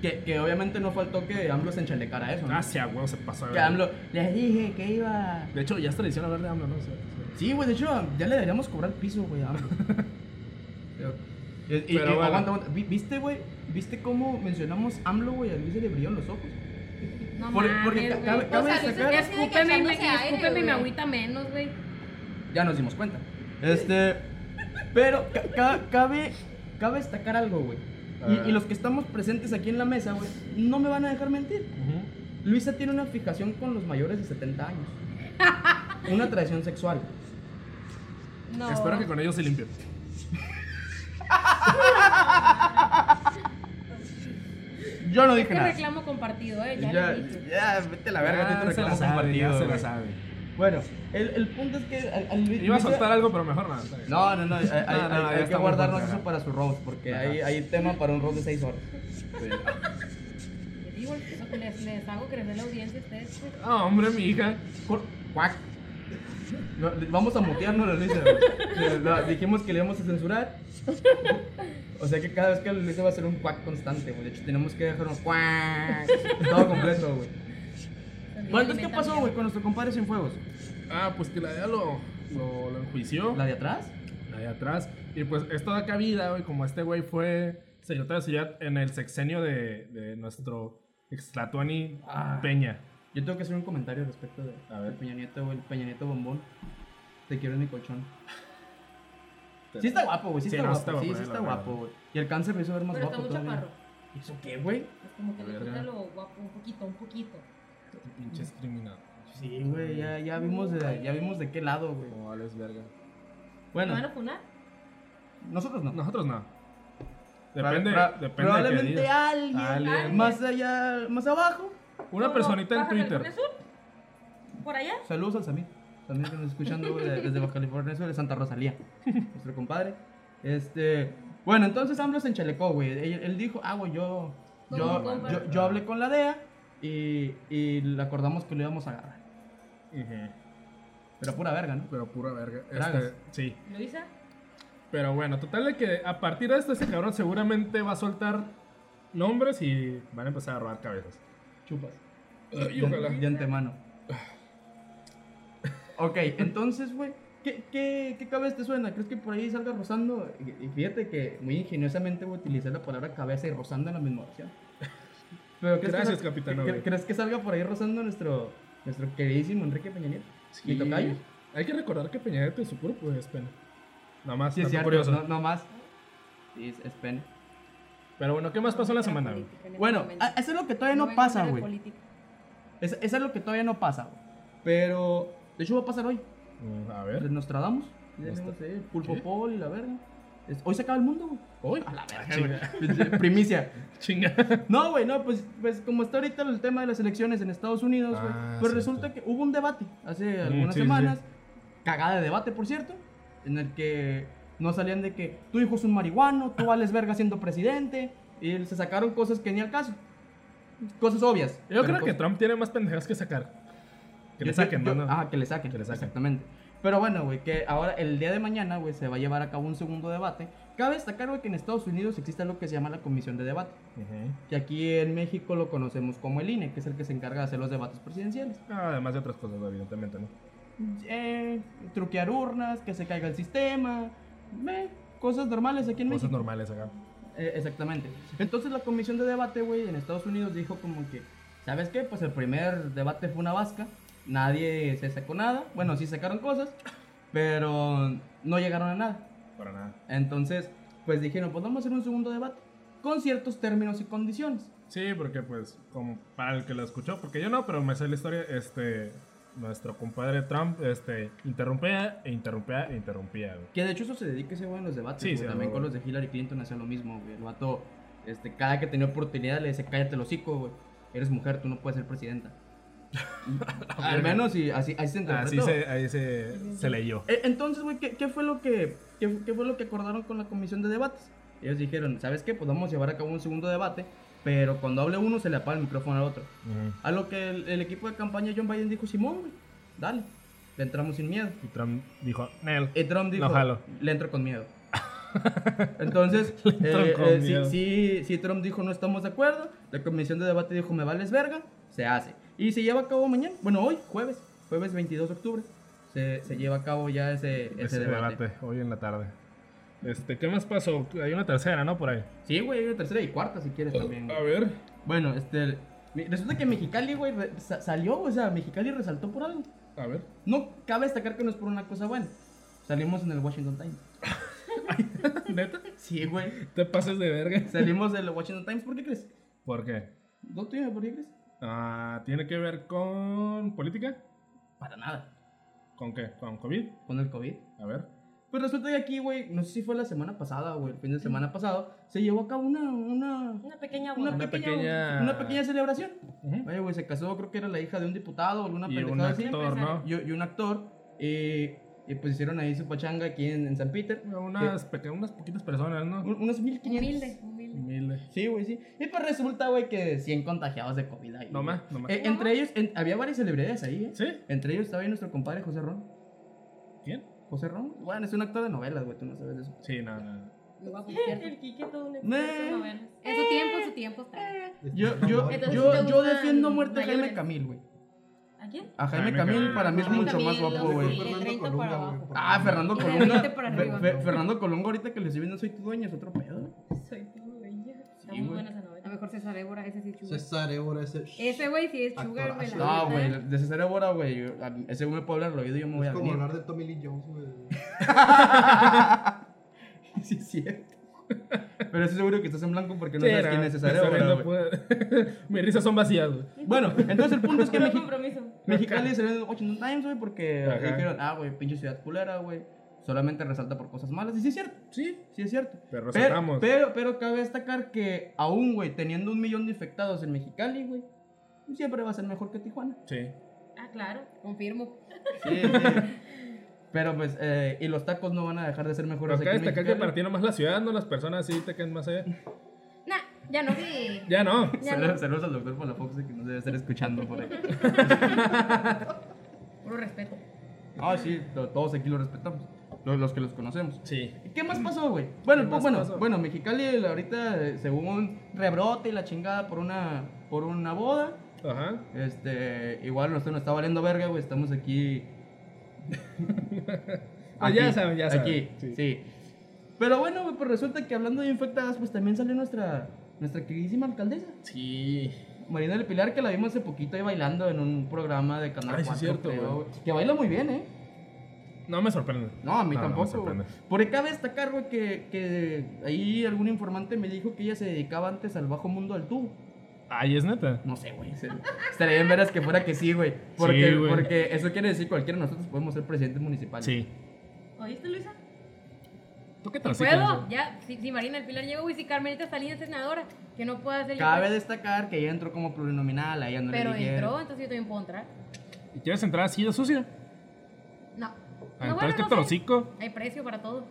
Speaker 5: Que, que obviamente no faltó que AMLO se enchalecara eso, ¿no?
Speaker 2: Ah, sí, a huevo se pasó. de
Speaker 5: que
Speaker 2: verga.
Speaker 5: AMLO, les dije que iba...
Speaker 2: De hecho, ya es tradición hablar de AMLO, ¿no? Sí, sí.
Speaker 5: Sí, güey, de hecho, ya le deberíamos cobrar piso, güey, a AMLO. Y- y- y
Speaker 2: Pero bueno.
Speaker 5: aguanta, aguanta. Vi- ¿Viste, güey? ¿Viste cómo mencionamos AMLO, güey? A Luis se le brillaron los ojos.
Speaker 6: No
Speaker 5: Por-
Speaker 6: mames,
Speaker 5: porque ca-
Speaker 6: güey.
Speaker 5: cabe- cabe
Speaker 6: o sea,
Speaker 5: destacar-
Speaker 6: dices, escúpeme y me,
Speaker 7: Escúpeme aire,
Speaker 6: escúpeme y me
Speaker 7: güey.
Speaker 6: agüita menos, güey.
Speaker 5: ya nos dimos cuenta. Este, pero ca- ca- cabe, cabe destacar algo, güey. Y, y los que estamos presentes aquí en la mesa, güey, no me van a dejar mentir.
Speaker 2: Ujú.
Speaker 5: Luisa tiene una fijación con los mayores de 70 años. Una atracción sexual.
Speaker 6: No.
Speaker 2: Espero que con ellos se limpie.
Speaker 5: Yo no
Speaker 6: Es
Speaker 5: dije
Speaker 6: que
Speaker 5: nada.
Speaker 6: reclamo compartido, eh. Ya,
Speaker 5: Ya,
Speaker 6: lo dije.
Speaker 5: ya, vete a la
Speaker 2: Ya
Speaker 5: verga, te
Speaker 2: se la
Speaker 5: reclamo
Speaker 2: sabe,
Speaker 5: compartido.
Speaker 2: ya se la
Speaker 5: güey.
Speaker 2: sabe.
Speaker 5: Bueno, el, el punto es que al, al-
Speaker 2: Iba a soltar algo, pero mejor nada. está bien.
Speaker 5: No, no, no, hay, hay-
Speaker 2: No, no,
Speaker 5: hay-
Speaker 2: ya
Speaker 5: hay que
Speaker 2: está muy
Speaker 5: guardarnos
Speaker 2: fuerte,
Speaker 5: eso
Speaker 2: ajá.
Speaker 5: para su roast, porque
Speaker 2: Ajá.
Speaker 5: hay, hay tema para un roast de 6 horas.
Speaker 6: Les digo, les, les hago crecer la audiencia a ustedes. pues.
Speaker 2: Ah, hombre, mi hija.
Speaker 5: Cor- Cuac. No, le- vamos a mutearnos la Luisa. Le- la- dijimos que le íbamos a censurar. O sea que cada vez que la Luisa va a hacer un cuac constante, güey. De hecho, tenemos que dejar un cuac. Todo completo, güey. Bueno, entonces, ¿qué pasó, güey, con nuestro compadre sin fuegos?
Speaker 2: Ah, pues que la DEA lo, lo, lo enjuició.
Speaker 5: ¿La de atrás?
Speaker 2: la de atrás. Y pues esto da cabida, güey, como este güey fue secretario de seguridad en el sexenio de, de nuestro extlatuani
Speaker 5: Ah.
Speaker 2: Peña.
Speaker 5: Yo tengo que hacer un comentario respecto de,
Speaker 2: A ver.
Speaker 5: de Peña Nieto, güey. El Peña Nieto bombón. Te quiero en mi colchón. Sí está guapo, güey. Sí,
Speaker 2: Sí,
Speaker 5: está,
Speaker 2: no,
Speaker 5: guapo,
Speaker 2: está guapo,
Speaker 5: Sí,
Speaker 2: eh,
Speaker 5: sí
Speaker 2: la
Speaker 5: está
Speaker 2: verdad.
Speaker 5: guapo, güey. Y el cáncer me hizo ver más
Speaker 7: Pero está
Speaker 5: guapo
Speaker 7: muy
Speaker 5: todavía.
Speaker 7: chaparro.
Speaker 5: ¿Y ¿Eso qué, güey?
Speaker 7: Es como que le
Speaker 2: Verga.
Speaker 7: quita lo guapo un poquito, un poquito.
Speaker 2: Pinches criminal.
Speaker 5: Sí, güey. Ya, ya, vimos de, ya vimos de qué lado, güey.
Speaker 2: Como vales verga.
Speaker 5: Bueno,
Speaker 7: ¿Me van a funar?
Speaker 5: nosotros no.
Speaker 2: Nosotros no. Depende,
Speaker 5: Pra-
Speaker 2: depende de
Speaker 5: probablemente
Speaker 2: qué digas.
Speaker 5: alguien,
Speaker 2: Alguien.
Speaker 5: más allá, más abajo.
Speaker 2: Una
Speaker 7: ¿Cómo?
Speaker 2: personita en
Speaker 7: ¿Baja California
Speaker 2: Twitter.
Speaker 7: Sur? ¿Por allá?
Speaker 5: Saludos al Samir. Samir que nos está escuchando güey, de- desde Baja California Sur, de Santa Rosalía. Nuestro compadre. Este, bueno, entonces AMLO se enchalecó, güey. Él, él dijo, ah, güey, yo,
Speaker 7: Como un
Speaker 5: yo,
Speaker 7: compa.
Speaker 5: yo, yo hablé con la DEA y, y le acordamos que lo íbamos a agarrar.
Speaker 2: Ujú.
Speaker 5: Pero pura verga, ¿no?
Speaker 2: Pero pura verga.
Speaker 5: Tragas.
Speaker 2: Este, sí.
Speaker 7: ¿Luisa?
Speaker 2: Pero bueno, total de que a partir de esto ese cabrón seguramente va a soltar nombres y van a empezar a robar cabezas.
Speaker 5: Chupas.
Speaker 2: Ay,
Speaker 5: de,
Speaker 2: ojalá.
Speaker 5: de antemano. Ok, entonces, güey, ¿qué, qué, qué cabeza te suena? ¿Crees que por ahí salga rozando? Y y fíjate que muy ingeniosamente güey, utilicé la palabra cabeza y rozando en la misma oración. Pero ¿crees que
Speaker 2: Gracias,
Speaker 5: sal-
Speaker 2: Capitán
Speaker 5: cre-
Speaker 2: Obed.
Speaker 5: ¿Crees que salga por ahí rozando nuestro, nuestro queridísimo Enrique Peña Nieto? ¿Mi tocayo?
Speaker 2: Hay que recordar que Peña Nieto y su grupo es pena. Nada más,
Speaker 5: Sí, es
Speaker 2: dato
Speaker 5: cierto,
Speaker 2: curioso.
Speaker 5: no, no más. Sí, es, es pene.
Speaker 2: Pero bueno, ¿qué más pasó en la semana, güey?
Speaker 6: Política en este
Speaker 5: Bueno,
Speaker 6: momento.
Speaker 5: a- eso es lo que todavía no,
Speaker 6: hay
Speaker 5: pasa,
Speaker 6: manera de
Speaker 5: güey.
Speaker 6: política.
Speaker 5: Es- Eso es lo que todavía no pasa, güey. Pero, de hecho, va a pasar hoy.
Speaker 2: Mm, A
Speaker 5: Pues
Speaker 2: ver.
Speaker 5: Nostradamus. Ya
Speaker 2: Nostra-
Speaker 5: tenemos ahí el Pulpo
Speaker 2: ¿Qué?
Speaker 5: Pol y la verga. Es- hoy se acaba el mundo, güey.
Speaker 2: Hoy. Ah,
Speaker 5: A la verga,
Speaker 2: Chinga.
Speaker 5: güey. Primicia.
Speaker 2: Chinga.
Speaker 5: No, güey, no, pues, pues como está ahorita el tema de las elecciones en Estados Unidos, güey.
Speaker 2: Ah, cierto.
Speaker 5: pero
Speaker 2: Mm,
Speaker 5: resulta que hubo un debate hace algunas
Speaker 2: sí,
Speaker 5: semanas, cagada de debate, por cierto, en el que no salían de que tu hijo es un marihuano, tú vales verga siendo presidente, y se sacaron cosas que ni al caso. Cosas obvias.
Speaker 2: Yo
Speaker 5: pero
Speaker 2: creo que
Speaker 5: cosas-
Speaker 2: Trump tiene más pendejas que sacar. Que le
Speaker 5: yo- yo-
Speaker 2: saquen,
Speaker 5: yo-
Speaker 2: ¿no?
Speaker 5: Ah, que le saquen.
Speaker 2: Que le saquen.
Speaker 5: Exactamente. Pero bueno, güey, que ahora el día de mañana, güey, se va a llevar a cabo un segundo debate. Cabe destacar, güey, que en Estados Unidos existe algo que se llama la Comisión de Debate.
Speaker 2: Ujú.
Speaker 5: Que aquí en México lo conocemos como el INE, que es el que se encarga de hacer los debates presidenciales.
Speaker 2: Ah, Además de otras cosas, evidentemente, ¿no?
Speaker 5: Eh, truquear urnas, que se caiga el sistema. eh, cosas normales aquí en
Speaker 2: Cosas
Speaker 5: México.
Speaker 2: normales acá.
Speaker 5: Eh, exactamente. Entonces la comisión de debate, güey, en Estados Unidos dijo como que, ¿sabes qué? Pues el primer debate fue una vasca, nadie se sacó nada, bueno, sí sacaron cosas, pero no llegaron a nada.
Speaker 2: Para nada.
Speaker 5: Entonces, pues dijeron, pues vamos a hacer un segundo debate, con ciertos términos y condiciones.
Speaker 2: Sí, porque pues, como para el que lo escuchó, porque yo no, pero me sé la historia, este, nuestro compadre Trump, este, interrumpía e interrumpía e interrumpía, güey.
Speaker 5: Que de hecho eso se dedica ese güey en los debates,
Speaker 2: Sí,
Speaker 5: güey.
Speaker 2: sí,
Speaker 5: también
Speaker 2: no,
Speaker 5: con
Speaker 2: güey.
Speaker 5: los de Hillary Clinton hacía lo mismo, güey. El vato, este, cada que tenía oportunidad le decía, cállate el hocico, güey, eres mujer, tú no puedes ser presidenta. Al menos y así, así
Speaker 2: Así
Speaker 5: se interpretó.
Speaker 2: se, ahí se, se leyó.
Speaker 5: E- Entonces, güey, ¿qué, qué fue lo que, qué- qué fue lo que acordaron con la comisión de debates? Ellos dijeron, ¿sabes qué? Pues vamos a llevar a cabo un segundo debate, pero cuando hable uno se le apaga el micrófono al otro.
Speaker 2: Ujú.
Speaker 5: A lo que el, el equipo de campaña de John Biden dijo, Simón, güey, dale, le entramos sin miedo.
Speaker 2: Y Trump dijo, Nel.
Speaker 5: Y Trump dijo,
Speaker 2: No jalo.
Speaker 5: le entro con miedo. Entonces,
Speaker 2: entro
Speaker 5: eh,
Speaker 2: con
Speaker 5: eh, sí-
Speaker 2: miedo.
Speaker 5: sí, sí, Trump dijo, no estamos de acuerdo, la comisión de debate dijo, me vales verga, se hace. Y se lleva a cabo mañana, bueno, hoy, jueves, jueves 22 de octubre. Se, se lleva a cabo ya ese, ese
Speaker 2: Ese
Speaker 5: debate.
Speaker 2: debate, hoy en la tarde. Este, ¿qué más pasó? Hay una tercera, ¿no? Por ahí.
Speaker 5: Sí, güey, hay una tercera y cuarta si quieres también. güey.
Speaker 2: ver.
Speaker 5: Bueno, este. mi- Resulta que Mexicali, güey, re- sa- salió, o sea, Mexicali resaltó por algo.
Speaker 2: A ver.
Speaker 5: No cabe destacar que no es por una cosa buena. Salimos en el Washington Times.
Speaker 2: ¿Neta?
Speaker 5: Sí, güey.
Speaker 2: Te pases de verga.
Speaker 5: Salimos del Washington Times, ¿por qué crees?
Speaker 2: ¿Por qué?
Speaker 5: ¿No tú dime por qué crees?
Speaker 2: Ah, ¿Tiene que ver con política?
Speaker 5: Para nada.
Speaker 2: ¿Con qué? ¿Con COVID?
Speaker 5: Con el COVID.
Speaker 2: A ver.
Speaker 5: Pues resulta que aquí, güey, no sé si fue la semana pasada, güey, el fin de semana pasado, se llevó a cabo una, una,
Speaker 7: Una pequeña boda.
Speaker 5: una,
Speaker 2: Una
Speaker 5: pequeña,
Speaker 2: pequeña-
Speaker 5: una pequeña celebración.
Speaker 2: Ujú.
Speaker 5: Oye, güey, se casó, creo que era la hija de un diputado o alguna
Speaker 2: Y un
Speaker 5: pendejada así.
Speaker 2: actor, ¿no?
Speaker 5: Y, y un actor. eh, y pues hicieron ahí su pachanga aquí en, en San Peter.
Speaker 2: Unas, peque- unas poquitas personas, ¿no?
Speaker 5: Un- unos 1500.
Speaker 6: Humilde, humilde.
Speaker 2: Humilde.
Speaker 5: Sí, güey, sí. Y pues resulta, güey, que 100 contagiados de COVID ahí.
Speaker 2: No
Speaker 5: güey.
Speaker 2: más, no más.
Speaker 5: Eh, entre ellos, en- había varias celebridades ahí, ¿eh?
Speaker 2: ¿Sí?
Speaker 5: Entre ellos estaba ahí nuestro compadre José Ron.
Speaker 2: ¿Quién?
Speaker 5: José Ron, bueno, es un actor de novelas, güey, tú no sabes de eso.
Speaker 2: Sí, nada, nada.
Speaker 6: Lo voy a postear.
Speaker 7: El Kike todo un
Speaker 5: Me-
Speaker 7: experto en novelas.
Speaker 6: En su tiempo, en su tiempo está.
Speaker 5: Yo, yo,
Speaker 7: Entonces,
Speaker 5: yo,
Speaker 7: ¿te
Speaker 5: yo
Speaker 7: gustan
Speaker 5: defiendo muerte a
Speaker 7: mayores?
Speaker 5: Jaime Camil, güey.
Speaker 7: ¿A quién?
Speaker 5: A Jaime
Speaker 2: Jaime
Speaker 5: Camil
Speaker 2: Camil.
Speaker 5: para mí es mucho más
Speaker 7: Camil,
Speaker 5: guapo,
Speaker 7: los
Speaker 5: güey.
Speaker 7: de
Speaker 8: Fernando
Speaker 7: 30
Speaker 8: Colunga,
Speaker 7: para
Speaker 8: güey,
Speaker 7: abajo.
Speaker 8: por
Speaker 5: Ah, Fernando
Speaker 6: Y de
Speaker 5: Colunga.
Speaker 6: veinte para
Speaker 5: Fe-
Speaker 6: arriba.
Speaker 5: Fe- Fernando Colunga, ahorita que le estoy viendo Soy tu dueño, es otro pedo.
Speaker 7: Soy tu dueña. Está
Speaker 5: Sí,
Speaker 7: muy
Speaker 5: güey.
Speaker 7: buena esa
Speaker 6: A lo
Speaker 7: novela.
Speaker 6: mejor César Évora, ese sí es sugar.
Speaker 8: César Évora ese.
Speaker 6: Ese güey sí es sugar, me
Speaker 8: Actorazo.
Speaker 6: la
Speaker 5: No,
Speaker 6: neta.
Speaker 5: güey, de César Évora, güey. yo- a- Ese güey me puede hablar al oído y yo me voy
Speaker 8: Es
Speaker 5: a
Speaker 8: como
Speaker 5: venir.
Speaker 8: hablar de Tommy Lee Jones, güey.
Speaker 5: sí, es cierto. Pero estoy seguro que estás en blanco porque no
Speaker 2: Sí,
Speaker 5: sabes
Speaker 2: nada,
Speaker 5: quién es César
Speaker 2: me está
Speaker 5: Évora,
Speaker 2: viendo,
Speaker 5: güey.
Speaker 2: pues. Mis risas son vacías, güey.
Speaker 5: Bueno, entonces el punto es que
Speaker 7: Pero
Speaker 5: México.
Speaker 7: compromiso.
Speaker 5: Mexicali salió en el Washington Times, güey, porque
Speaker 2: Ajá.
Speaker 5: dijeron, ah, güey, pinche ciudad culera, güey. Solamente resalta por cosas malas. Y sí es cierto,
Speaker 2: Sí,
Speaker 5: sí es cierto.
Speaker 2: te
Speaker 5: Pero,
Speaker 2: resaltamos.
Speaker 5: pero, pero cabe destacar que aún, güey, teniendo un millón de infectados en Mexicali, güey, siempre va a ser mejor que Tijuana.
Speaker 2: Sí.
Speaker 7: Ah, claro.
Speaker 6: Confirmo.
Speaker 5: Sí, sí. Pero pues, eh, y los tacos no van a dejar de ser
Speaker 2: Pero
Speaker 5: mejores
Speaker 2: acá
Speaker 5: aquí en
Speaker 2: destacar que
Speaker 5: Mexicali.
Speaker 2: para ti nomás la ciudad, no las personas sí te caen más allá.
Speaker 6: Nah, ya no. Sí.
Speaker 2: Ya no.
Speaker 6: Ya
Speaker 5: Salud-
Speaker 6: no.
Speaker 5: Saludos al doctor Palafox que nos debe estar escuchando por ahí.
Speaker 6: Puro respeto.
Speaker 5: Ah, sí, to- todos aquí lo respetamos. Los, los que los conocemos.
Speaker 2: Sí.
Speaker 5: ¿Y ¿Qué más pasó, güey? Bueno,
Speaker 2: ¿Qué
Speaker 5: pues,
Speaker 2: más
Speaker 5: bueno,
Speaker 2: pasó?
Speaker 5: bueno, Mexicali ahorita eh, según rebrote y la chingada por una por una boda.
Speaker 2: Ajá.
Speaker 5: Este, igual esto nos está valiendo verga, güey, estamos aquí.
Speaker 2: Ah, ya saben, ya saben.
Speaker 5: Aquí, sí.
Speaker 2: Sí.
Speaker 5: Pero bueno, güey, pues resulta que hablando de infectadas, pues también salió nuestra nuestra queridísima alcaldesa,
Speaker 2: Sí.
Speaker 5: Marina del Pilar, que la vimos hace poquito ahí bailando en un programa de Canal
Speaker 2: Ay, Ah, sí,
Speaker 5: 4,
Speaker 2: cierto,
Speaker 5: creo,
Speaker 2: güey.
Speaker 5: güey. Que baila muy bien, ¿eh?
Speaker 2: No me sorprende.
Speaker 5: No, a mí
Speaker 2: No, no me
Speaker 5: tampoco. güey.
Speaker 2: sorprende.
Speaker 5: Porque cabe destacar, güey, este que, que ahí algún informante me dijo que ella se dedicaba antes al bajo mundo del tubo.
Speaker 2: Ay, es neta.
Speaker 5: No sé, güey. se- Estaría bien veras que fuera que sí, güey. Porque,
Speaker 2: Sí, güey.
Speaker 5: porque eso quiere decir cualquiera de nosotros podemos ser presidentes municipales.
Speaker 2: Sí.
Speaker 7: ¿Oíste, Luisa?
Speaker 2: ¿Tú qué
Speaker 6: ¿Y
Speaker 2: tal?
Speaker 6: ¿Puedo? Ya, si, si Marina del Pilar llegó, güey, si Carmelita Salinas es senadora, que no puede hacer yo,
Speaker 5: Cabe
Speaker 6: pues,
Speaker 5: destacar que ella entró como plurinominal, a ella no
Speaker 6: Pero
Speaker 5: le dijeron.
Speaker 6: entró, entonces yo también puedo entrar.
Speaker 2: ¿Y quieres entrar así de sucio?
Speaker 6: No.
Speaker 2: ¿A
Speaker 6: No,
Speaker 2: entrar
Speaker 6: bueno,
Speaker 2: este
Speaker 6: no sé.
Speaker 2: trocico?
Speaker 6: Hay precio para todo.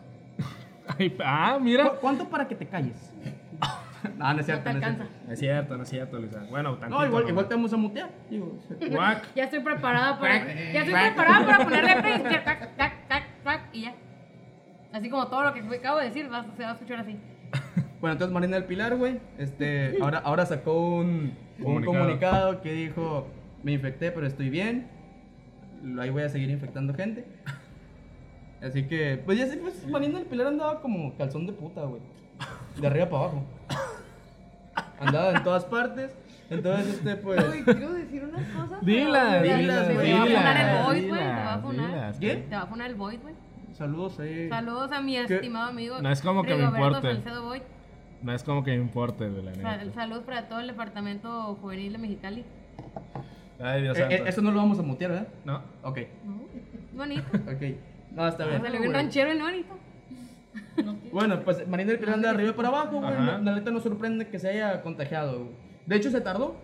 Speaker 2: Ay, ah, mira.
Speaker 5: ¿Cu- ¿Cuánto para que te calles? no, no es cierto.
Speaker 6: no te
Speaker 5: es
Speaker 6: alcanza.
Speaker 5: cierto.
Speaker 2: No es cierto, no es cierto, Luisa. Bueno, tantito.
Speaker 5: No, igual,
Speaker 2: nomás.
Speaker 5: igual te vamos a mutear. Digo,
Speaker 2: Guac.
Speaker 6: Ya estoy preparada para.
Speaker 5: Cuac.
Speaker 6: ya estoy
Speaker 5: Cuac.
Speaker 6: preparada para ponerle play. y decir, tac, tac, tac, tac, y ya. Así como todo lo que fue- acabo de decir, vas- se va a escuchar así.
Speaker 5: Bueno, entonces Marina del Pilar, güey, este, ahora, ahora sacó un, un comunicado.
Speaker 2: Comunicado.
Speaker 5: que dijo, me infecté, pero estoy bien, ahí voy a seguir infectando gente. Así que, pues ya sé, pues Marina del Pilar andaba como calzón de puta, güey, de arriba para abajo. Andaba en todas partes, entonces este, pues...
Speaker 6: quiero decir unas cosas.
Speaker 2: Dilas,
Speaker 5: pero-
Speaker 2: dilas,
Speaker 5: Te
Speaker 2: dilas.
Speaker 5: voy a funar el
Speaker 6: Voice, güey, te voy a funar.
Speaker 2: dilas.
Speaker 5: ¿Qué?
Speaker 6: Te va a poner el Void, güey.
Speaker 5: Saludos eh. ahí.
Speaker 6: Saludos a mi
Speaker 5: ¿Qué?
Speaker 6: estimado amigo.
Speaker 2: No es como que me
Speaker 6: Rigoberto
Speaker 2: importe.
Speaker 6: Salcedo Void.
Speaker 2: No es como que me importe, güey, la neta.
Speaker 6: Sal- Saludos para todo el departamento juvenil de Mexicali.
Speaker 2: Ay, Dios
Speaker 5: Eh, eh,
Speaker 2: santo.
Speaker 5: eso no lo vamos a mutear, ¿verdad?
Speaker 2: No.
Speaker 5: Ok,
Speaker 6: ¿No? Bonito.
Speaker 5: ok. No, está
Speaker 2: Ah,
Speaker 5: bien.
Speaker 6: Salió bien ranchero el bonito.
Speaker 5: Bueno, pues Marina del Pilar anda de arriba para abajo, güey.
Speaker 2: Ajá.
Speaker 5: La la neta no sorprende que se haya contagiado, güey. De hecho, se tardó.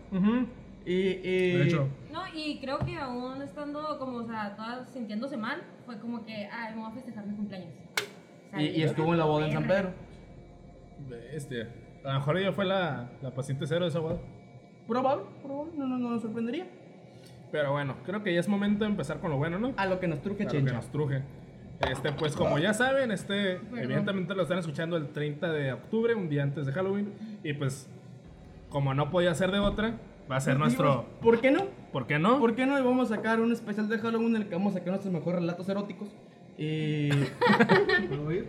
Speaker 5: Y, y-
Speaker 2: De hecho.
Speaker 7: No, y creo que aún estando como, o sea, todas sintiéndose mal, fue como que, ay, me voy a festejar mi cumpleaños. O sea,
Speaker 5: y, y estuvo en la boda en San Pedro.
Speaker 2: Bestia. este, A lo mejor ella fue la, la paciente cero de esa boda.
Speaker 5: Probable, probable, no, no, no nos sorprendería.
Speaker 2: Pero bueno, creo que ya es momento de empezar con lo bueno, ¿no?
Speaker 5: A lo que nos truje,
Speaker 2: A lo que
Speaker 5: chencha.
Speaker 2: nos truje. Este, pues como ya saben, este, evidentemente lo están escuchando el 30 de octubre, un día antes de Halloween. Y pues, como no podía ser de otra, va a ser nuestro.
Speaker 5: Digo, ¿Por qué no?
Speaker 2: ¿Por qué no?
Speaker 5: ¿Por qué no vamos a sacar un especial de Halloween en el que vamos a sacar nuestros mejores relatos eróticos? Y...
Speaker 8: ¿Puedo ir?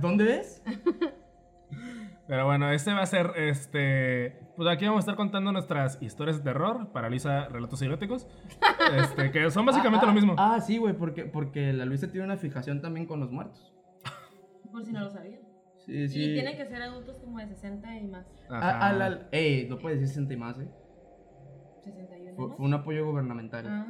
Speaker 5: ¿Dónde ves?
Speaker 2: Pero bueno, este va a ser este. Pues aquí vamos a estar contando nuestras historias de terror, paraliza relatos eróticos. este, que son básicamente
Speaker 5: Ah,
Speaker 2: lo
Speaker 5: ah,
Speaker 2: mismo.
Speaker 5: Ah, sí, güey, porque, porque la Luisa tiene una fijación también con los muertos.
Speaker 7: por si no lo sabían.
Speaker 5: Sí, sí.
Speaker 7: Y tienen que ser adultos como de 60 y más.
Speaker 5: A-
Speaker 2: Ajá.
Speaker 5: a la- Ey, no puedes decir 60 y más, eh.
Speaker 7: 61
Speaker 5: Fue,
Speaker 7: más.
Speaker 5: fue un apoyo gubernamental.
Speaker 7: Ah,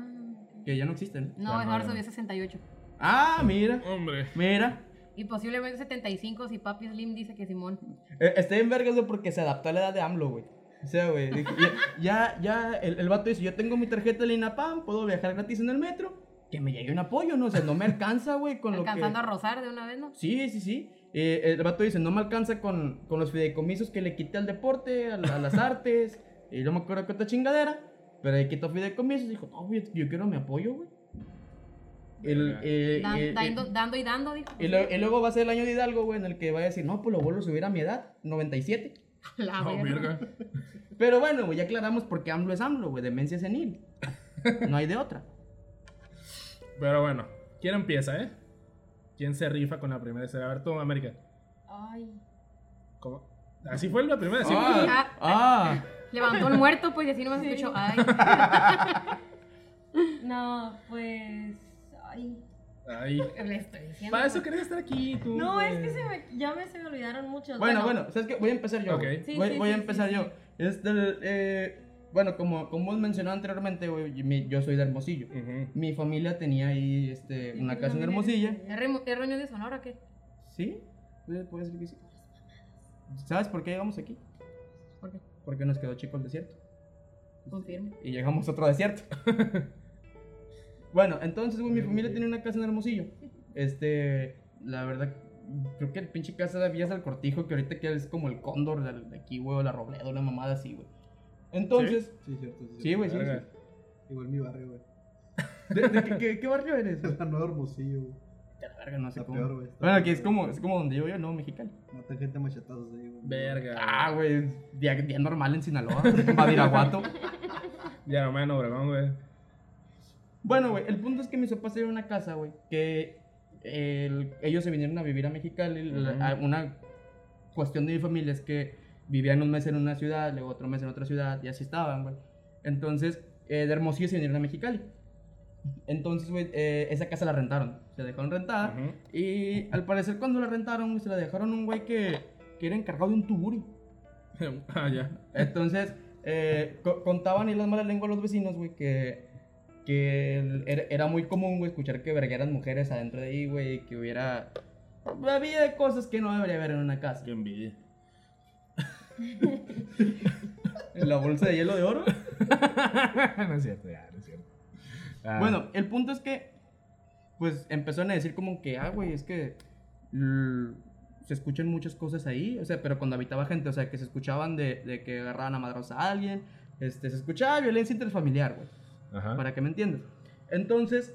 Speaker 7: ok.
Speaker 5: Que ya no existen.
Speaker 6: No,
Speaker 2: Ya
Speaker 6: ahora
Speaker 2: no.
Speaker 6: subió 68.
Speaker 5: Ah, mira.
Speaker 2: Hombre.
Speaker 5: Mira.
Speaker 6: Y posiblemente 75 si Papi Slim dice que Simón.
Speaker 5: Eh, Está en vergas, güey, porque se adaptó a la edad de AMLO, güey. O sea, güey, de que ya, ya, ya el, el vato dice, yo tengo mi tarjeta de la INAPAM, puedo viajar gratis en el metro, que me llegue un apoyo, ¿no? O sea, no me alcanza, güey, con lo que...
Speaker 6: Alcanzando a rozar de una vez, ¿no?
Speaker 5: Sí, sí, sí. Eh, el vato dice, no me alcanza con, con los fideicomisos que le quité al deporte, a, la- a las artes, y no me acuerdo qué otra chingadera, pero le quitó fideicomisos y dijo, no, güey, yo quiero mi apoyo, güey. El, eh,
Speaker 6: Dan-
Speaker 5: eh,
Speaker 6: dando, dando y dando, dijo.
Speaker 5: y, lo- y luego va a ser el año de Hidalgo, güey, en el que va a decir, no, pues lo vuelvo a subir a mi edad, 97.
Speaker 6: La
Speaker 5: Oh,
Speaker 2: No,
Speaker 6: verga.
Speaker 2: verga.
Speaker 5: Pero bueno, güey, ya aclaramos por qué AMLO es AMLO, güey, demencia senil. No hay de otra.
Speaker 2: Pero bueno, ¿quién empieza, eh? ¿Quién se rifa con la primera escena? A ver, tú, América.
Speaker 7: Ay.
Speaker 2: ¿Cómo? Así fue la primera escena.
Speaker 5: Ah, ah.
Speaker 6: Levantó el muerto, pues, y así no me escuchó. Ay.
Speaker 7: No, pues. Ay.
Speaker 2: Ahí.
Speaker 6: Le estoy diciendo.
Speaker 2: Para eso querías estar aquí, tú.
Speaker 7: No,
Speaker 2: güey.
Speaker 7: es que se me, ya me, se me olvidaron muchos.
Speaker 5: Bueno, bueno, ¿sabes qué? Voy a empezar yo.
Speaker 2: Ok.
Speaker 5: güey.
Speaker 7: Sí,
Speaker 5: voy
Speaker 7: sí,
Speaker 5: voy a
Speaker 7: sí,
Speaker 5: empezar
Speaker 7: sí,
Speaker 5: yo. Este, eh, bueno, como, como os mencionaba anteriormente, güey, mi- yo soy de Hermosillo.
Speaker 2: Ujú.
Speaker 5: Mi familia tenía ahí este, una casa en Hermosillo.
Speaker 6: ¿Es remo- es reunión de Sonora o qué?
Speaker 5: ¿Sí? eh, Puede ser que sí. ¿Sabes por qué llegamos aquí?
Speaker 6: ¿Por qué?
Speaker 5: Porque nos quedó chico el desierto.
Speaker 6: Confirmo.
Speaker 5: Y llegamos a otro desierto. bueno, entonces, güey, mi familia tenía una casa en Hermosillo. Este, la verdad, creo que el pinche casa de Villas del Cortijo, que ahorita que es como el cóndor de, de aquí, güey, o la Robledo, una mamada así, güey. Entonces,
Speaker 8: Sí, cierto. Sí,
Speaker 5: sí, güey, sí.
Speaker 2: Verga.
Speaker 5: sí.
Speaker 8: Igual mi barrio, güey.
Speaker 5: ¿De, de qué, qué- qué barrio eres? güey?
Speaker 8: Es la nueva Hermosillo, güey.
Speaker 5: De la verga, no sé
Speaker 8: Está
Speaker 5: cómo.
Speaker 8: peor, güey. está
Speaker 5: bueno,
Speaker 8: peor,
Speaker 5: aquí es
Speaker 8: güey.
Speaker 5: como, es como donde yo vivo, ¿no? Mexicali.
Speaker 8: Matan gente a machetazos ahí, güey.
Speaker 2: Verga.
Speaker 5: Ah, güey, es día, día normal en Sinaloa, en Badiraguato.
Speaker 2: Ya, hermano, Obregón, güey.
Speaker 5: Bueno, güey, el punto es que mis papás tenían una casa, güey, que el- ellos se vinieron a vivir a Mexicali. la-
Speaker 2: Ujú.
Speaker 5: a- una cuestión de mi familia es que vivían un mes en una ciudad, luego otro mes en otra ciudad, y así estaban, güey. Entonces, eh, de Hermosillo se vinieron a Mexicali. Entonces, güey, eh, esa casa la rentaron, se la dejaron rentada.
Speaker 2: Ujú.
Speaker 5: Y al parecer cuando la rentaron, güey, se la dejaron a un güey que, que era encargado de un tuburi.
Speaker 2: Ah, ya.
Speaker 5: Entonces, eh, co- contaban y las malas lenguas los vecinos, güey, que, que el- era, era muy común, güey, escuchar que vergueran mujeres adentro de ahí, güey, y que hubiera... Había cosas que no debería haber en una casa.
Speaker 2: Qué envidia.
Speaker 5: En la bolsa de hielo de oro.
Speaker 2: no es cierto, ya, no es cierto. Ah,
Speaker 5: Bueno, el punto es que, pues, empezaron a decir como que, ah, güey, es que l- se escuchan muchas cosas ahí, o sea, pero cuando habitaba gente, o sea, que se escuchaban de, de que agarraban a madros a alguien, este, se escuchaba violencia interfamiliar, güey.
Speaker 2: Ajá.
Speaker 5: para que me entiendas. Entonces,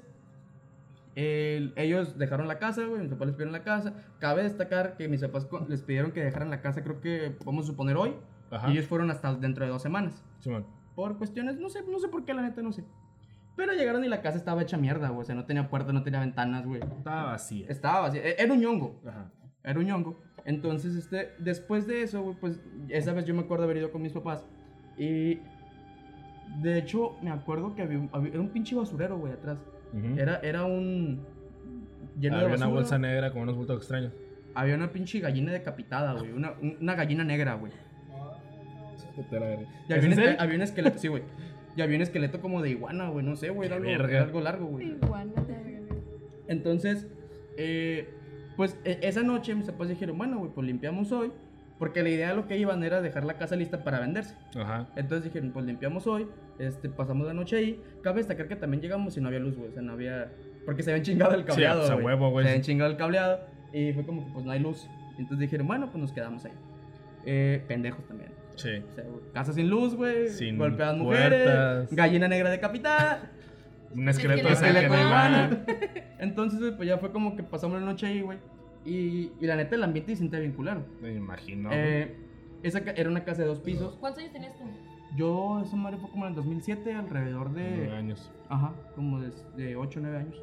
Speaker 5: el- ellos dejaron la casa, güey, mis papás les pidieron la casa. Cabe destacar que mis papás co- les pidieron que dejaran la casa, creo que vamos a suponer hoy,
Speaker 2: Ajá.
Speaker 5: y ellos fueron hasta dentro de dos semanas.
Speaker 2: Simón.
Speaker 5: Por cuestiones, no sé, no sé por qué, la neta, no sé. Pero llegaron y la casa estaba hecha mierda, güey, o sea, no tenía puerta, no tenía ventanas, güey.
Speaker 2: Estaba vacía.
Speaker 5: Estaba así, e- era un ñongo.
Speaker 2: Ajá.
Speaker 5: Era un ñongo. Entonces, este, después de eso, güey, pues esa vez yo me acuerdo haber ido con mis papás. Y de hecho, me acuerdo que había, un- había- era un pinche basurero, güey, atrás.
Speaker 2: Ujú.
Speaker 5: Era, era un. Lleno
Speaker 2: Había
Speaker 5: de
Speaker 2: una
Speaker 5: basura.
Speaker 2: bolsa negra con unos bultos extraños.
Speaker 5: Había una pinche gallina decapitada, güey. Una, un- una gallina negra, güey. Y había, un, esque- había un esqueleto, sí, güey. Y había un esqueleto como de iguana, güey. No sé, güey. Era
Speaker 2: Qué
Speaker 5: algo,
Speaker 2: verga.
Speaker 5: era algo largo, güey.
Speaker 6: Igual, la verga.
Speaker 5: Entonces, eh, pues e- esa noche mis papás dijeron, bueno, güey, pues limpiamos hoy, porque la idea de lo que iban era dejar la casa lista para venderse.
Speaker 2: Ajá.
Speaker 5: Entonces dijeron, pues limpiamos hoy, este, pasamos la noche ahí. Cabe destacar que también llegamos y no había luz, güey, o sea, no había... Porque se habían chingado el cableado,
Speaker 2: pues, a
Speaker 5: güey.
Speaker 2: huevo, güey.
Speaker 5: Se habían chingado el cableado y fue como que pues no hay luz. Entonces dijeron, bueno, pues nos quedamos ahí. Eh, pendejos también.
Speaker 2: Sí.
Speaker 5: O sea, güey, casa sin luz, güey.
Speaker 2: Sin
Speaker 5: Golpeadas mujeres.
Speaker 2: puertas.
Speaker 5: gallina negra decapitada.
Speaker 2: Un esqueleto de
Speaker 5: Es que le
Speaker 2: sangre de
Speaker 5: cohiban.
Speaker 2: iguana.
Speaker 5: Entonces, güey, pues ya fue como que pasamos la noche ahí, güey. Y, y la neta, el ambiente se sentía bien culero.
Speaker 2: Me imagino.
Speaker 5: Eh, esa ca- era una casa de dos pisos.
Speaker 7: ¿Cuántos años tenías tú?
Speaker 5: Yo, esa madre fue como en el 2007, alrededor de.
Speaker 2: Nueve años.
Speaker 5: Ajá, como de, de 8 o 9 años,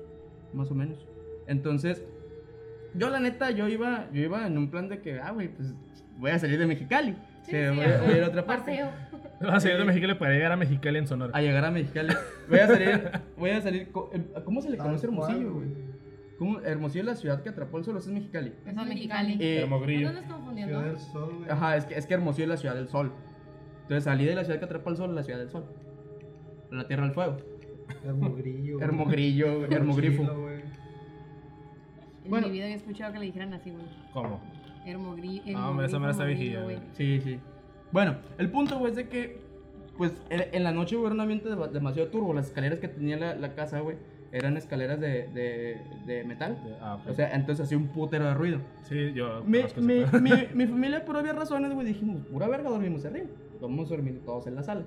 Speaker 5: más o menos. Entonces, yo la neta, yo iba, yo iba en un plan de que, ah, güey, pues voy a salir de Mexicali.
Speaker 7: Sí,
Speaker 5: que
Speaker 7: sí,
Speaker 5: voy,
Speaker 7: ajá.
Speaker 5: voy a ir a otra parte.
Speaker 7: Paseo.
Speaker 2: Vas a salir Ah, de Mexicali para llegar a Mexicali en Sonora.
Speaker 5: A llegar a Mexicali. Voy a salir, voy a salir. co- em, ¿Cómo se le conoce
Speaker 8: Tal cual,
Speaker 5: Hermosillo, güey? ¿Cómo? Hermosillo es la ciudad que atrapó el sol, es Mexicali.
Speaker 6: Eso es Mexicali.
Speaker 5: Eh,
Speaker 7: No
Speaker 2: Hermogrillo.
Speaker 7: nos
Speaker 8: Ciudad
Speaker 7: confundiendo.
Speaker 8: del Sol, güey.
Speaker 5: ajá, es que, es que Hermosillo es la ciudad del sol. Entonces salí de la ciudad que atrapa el sol a la ciudad del sol. A la tierra del fuego.
Speaker 8: Hermogrillo. güey.
Speaker 5: Hermogrillo,
Speaker 8: Hermochilo,
Speaker 5: hermogrifo.
Speaker 8: güey.
Speaker 6: En
Speaker 5: Bueno.
Speaker 6: mi vida había escuchado que le dijeran así, güey.
Speaker 2: ¿Cómo?
Speaker 6: Hermogri.
Speaker 2: Ah, hombre, esa mera está
Speaker 6: hermogrifo,
Speaker 2: viejilla, güey.
Speaker 6: güey.
Speaker 5: Sí, sí. Bueno, el punto, güey, es de que, pues, en, en la noche hubo un ambiente dema- demasiado turbo. Las escaleras que tenía la, la casa, güey, eran escaleras de, de, de metal.
Speaker 2: Ah, ok.
Speaker 5: O sea, entonces hacía un putero de ruido.
Speaker 2: sí, yo.
Speaker 5: Mi,
Speaker 2: conozco ese
Speaker 5: mi,
Speaker 2: pedo.
Speaker 5: mi, mi familia, por obvias razones, güey, dijimos, pura verga, dormimos arriba. Vamos a dormir todos en la sala.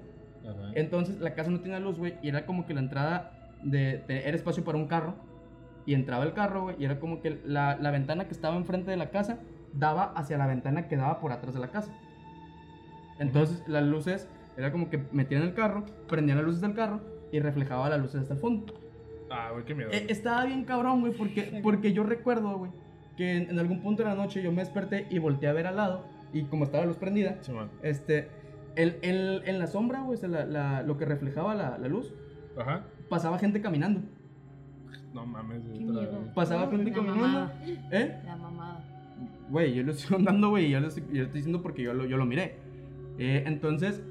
Speaker 2: Ajá.
Speaker 5: Entonces, la casa no tenía luz, güey, y era como que la entrada de, te- era espacio para un carro. Y entraba el carro, güey, y era como que la, la ventana que estaba enfrente de la casa daba hacia la ventana que daba por atrás de la casa. Entonces, las luces, era como que metían el carro, prendían las luces del carro y reflejaba las luces hasta el fondo.
Speaker 2: Ah, güey, qué miedo.
Speaker 5: Eh, estaba bien cabrón, güey, porque, porque yo recuerdo, güey, que en, en algún punto de la noche yo me desperté y volteé a ver al lado, y como estaba la luz prendida,
Speaker 2: Simón.
Speaker 5: este, el, el- en la sombra, güey, o sea, la- la- lo que reflejaba la, la luz,
Speaker 2: Ajá.
Speaker 5: pasaba gente caminando.
Speaker 2: No mames, güey.
Speaker 6: Qué
Speaker 2: otra
Speaker 6: miedo.
Speaker 2: vez.
Speaker 5: Pasaba gente
Speaker 6: La
Speaker 5: caminando.
Speaker 6: mamada.
Speaker 5: ¿Eh?
Speaker 6: La mamada.
Speaker 5: Güey, yo lo estoy andando, güey, y yo lo estoy, yo lo estoy diciendo porque yo lo, yo lo miré. Eh, entonces,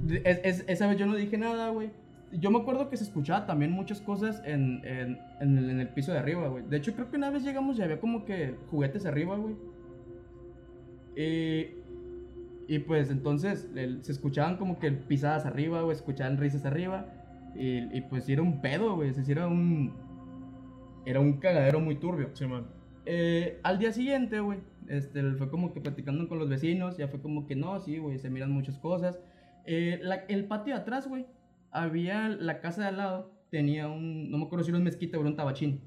Speaker 5: de- es- es- esa vez yo no dije nada, güey. Yo me acuerdo que se escuchaba también muchas cosas en, en- en el, en el piso de arriba, güey. De hecho, creo que una vez llegamos y había como que juguetes arriba, güey. Y, y pues entonces el- se escuchaban como que pisadas arriba, güey, escuchaban risas arriba. Y, y pues sí era un pedo, güey. sí era un. Era un cagadero muy turbio.
Speaker 2: Simón.
Speaker 5: Eh, al día siguiente, güey, este, fue como que platicando con los vecinos, ya fue como que no, sí, güey, se miran muchas cosas. Eh, la- el patio de atrás, güey, había la casa de al lado, tenía un, no me acuerdo si era un mezquite o era un tabachín,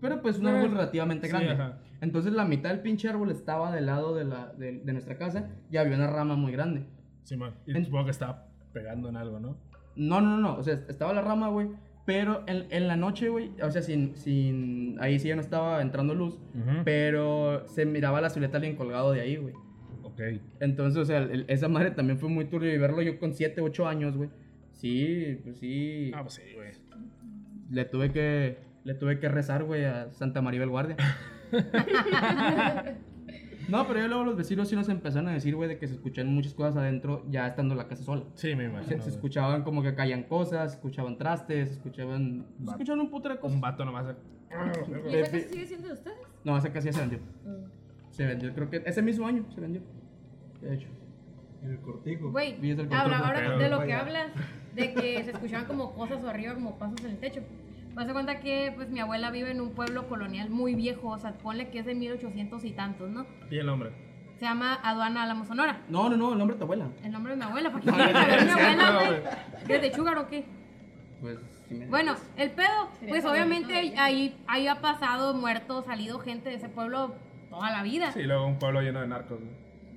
Speaker 5: pero pues un
Speaker 2: Ah,
Speaker 5: árbol relativamente
Speaker 2: Sí,
Speaker 5: grande.
Speaker 2: ajá.
Speaker 5: Entonces la mitad del pinche árbol estaba del lado de, la, de, de nuestra casa y había una rama muy grande.
Speaker 2: Simón. Y
Speaker 5: En-
Speaker 2: supongo que estaba pegando en algo, ¿no?
Speaker 5: No, no, no, o sea, estaba la rama, güey, pero en, en la noche, güey, o sea, sin, sin, ahí sí ya no estaba entrando luz, pero se miraba la silueta de alguien colgado de ahí, güey.
Speaker 2: Ok.
Speaker 5: Entonces, o sea, el- esa madre también fue muy turbio y verlo yo con 7, 8 años, güey. Sí, pues sí.
Speaker 2: Ah, pues sí, güey.
Speaker 5: Le tuve que le tuve que rezar, güey, a Santa María del Guardia. no, pero ya luego los vecinos sí nos empezaron a decir, güey, de que se escuchan muchas cosas adentro ya estando la casa sola.
Speaker 2: Sí, me imagino.
Speaker 5: Se, se
Speaker 2: güey.
Speaker 5: escuchaban como que caían cosas, escuchaban trastes, escuchaban se
Speaker 2: Va-
Speaker 5: escuchaban un puto de cosas.
Speaker 2: Un vato nomás.
Speaker 7: ¿Y esa casa sigue siendo de ustedes?
Speaker 5: No, esa casa ya se vendió.
Speaker 2: Mm.
Speaker 5: Se vendió, creo que ese mismo año se vendió. De hecho.
Speaker 8: En el cortijo.
Speaker 6: Güey,
Speaker 5: Y es el
Speaker 6: habla-
Speaker 5: control
Speaker 6: ahora
Speaker 2: bloqueado,
Speaker 6: de lo
Speaker 8: vaya.
Speaker 6: que hablas, de que se escuchaban como cosas o arriba, como pasos en el techo. Vas a cuenta que pues mi abuela vive en un pueblo colonial muy viejo, o sea, ponle que es de 1800 y tantos, ¿no?
Speaker 2: Y el hombre.
Speaker 6: Se llama Aduana Álamo Sonora.
Speaker 5: No, no, no, el nombre de tu abuela.
Speaker 6: El nombre de mi abuela, porque mi abuela, güey. ¿Desde Chugar o qué?
Speaker 5: Pues sí me-
Speaker 6: Bueno, el pedo,
Speaker 7: Sería
Speaker 6: pues
Speaker 7: favorito
Speaker 6: obviamente
Speaker 7: de
Speaker 6: ahí,
Speaker 7: ella.
Speaker 6: ahí, ahí ha pasado muerto, salido gente de ese pueblo toda la vida.
Speaker 2: Sí, y luego un pueblo lleno de narcos, güey.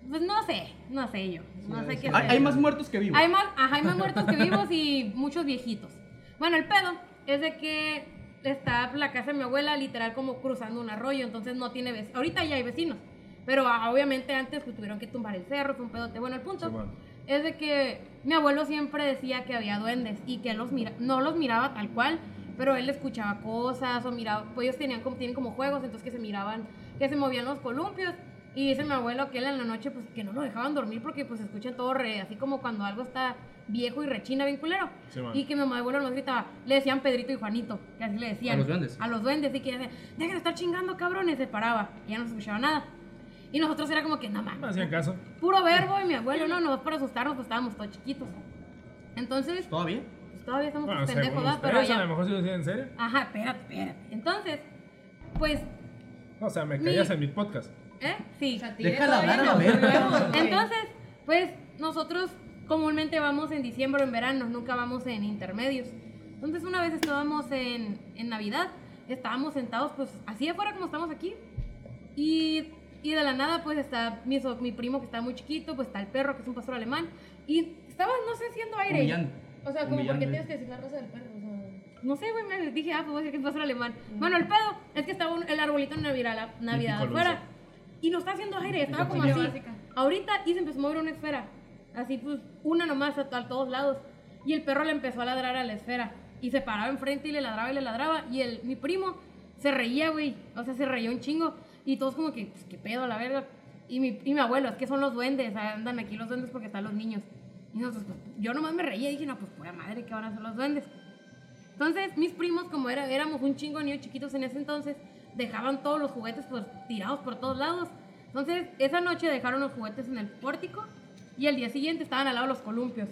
Speaker 6: Pues no sé, no sé yo. No sé qué
Speaker 5: Hay,
Speaker 6: sea.
Speaker 5: hay más muertos que vivos.
Speaker 6: Hay más, ajá, hay más muertos que vivos y muchos viejitos. Bueno, el pedo es de que está la casa de mi abuela literal como cruzando un arroyo, entonces no tiene vecinos. Ahorita ya hay vecinos, pero ah, obviamente antes pues, tuvieron que tumbar el cerro, fue un pedote. Bueno, el punto
Speaker 2: Simón.
Speaker 6: es de que mi abuelo siempre decía que había duendes y que los mira, no los miraba tal cual, pero él escuchaba cosas o miraba, pues ellos tenían como, tienen como juegos, entonces que se miraban, que se movían los columpios. Y dice mi abuelo que él en la noche, pues que no lo dejaban dormir porque pues escuchan todo re, así como cuando algo está viejo y rechina, bien culero.
Speaker 2: Simón.
Speaker 6: Y que mi abuelo nos gritaba, le decían Pedrito y Juanito, que así le decían.
Speaker 5: A los duendes.
Speaker 6: A los duendes, y que decían, dejen de estar chingando, cabrones, se paraba. Y ya no se escuchaba nada. Y nosotros era como que, no mames,
Speaker 2: No hacían caso.
Speaker 6: puro verbo y mi abuelo, no, no, para asustarnos, pues estábamos todos chiquitos. Entonces,
Speaker 5: ¿Todo bien?
Speaker 6: pues todavía estamos
Speaker 2: Bueno, según
Speaker 6: pendejos, ¿verdad?
Speaker 2: ustedes,
Speaker 6: Pero
Speaker 2: a
Speaker 6: ya.
Speaker 2: lo mejor sí lo decían en serio.
Speaker 6: Ajá, espérate, espérate. Entonces, pues,
Speaker 2: O sea, me
Speaker 6: Mi-
Speaker 2: callas en mi podcast.
Speaker 6: ¿eh? Sí.
Speaker 5: Déjala hablar a la verga.
Speaker 6: Entonces, pues nosotros comúnmente vamos en diciembre o en verano, nunca vamos en intermedios. Entonces una vez estábamos en, en Navidad, estábamos sentados pues así afuera como estamos aquí. Y, y de la nada pues está mi, so- mi primo que está muy chiquito, pues está el perro que es un pastor alemán. Y estaba, no sé, haciendo aire.
Speaker 5: Humillando.
Speaker 7: O sea, como porque
Speaker 5: Humillante.
Speaker 7: tienes que decir la rosa del perro. O sea,
Speaker 6: No sé, güey, me dije, ah, pues voy a decir que es pastor alemán. Bueno, el pedo es que estaba un- el arbolito Navidad, Navidad
Speaker 2: Típico
Speaker 6: afuera.
Speaker 2: luso.
Speaker 6: Y nos está haciendo aire, estaba como
Speaker 7: piña
Speaker 6: así.
Speaker 7: básica.
Speaker 6: Ahorita y se empezó a mover una esfera. Así pues, una nomás a, to- a todos lados. Y el perro le empezó a ladrar a la esfera. Y se paraba enfrente y le ladraba y le ladraba. Y el, mi primo se reía, güey. O sea, se reía un chingo. Y todos como que, pues, qué pedo, la verga. Y mi, y mi abuelo, es que son los duendes. ah, Andan aquí los duendes porque están los niños. Y nosotros, pues, yo nomás me reía. Dije, no, pues, pura madre, ¿qué van a hacer los duendes? Entonces, mis primos, como era- éramos un chingo de niños chiquitos en ese entonces, dejaban todos los juguetes pues, tirados por todos lados. Entonces, esa noche dejaron los juguetes en el pórtico y el día siguiente estaban al lado los columpios.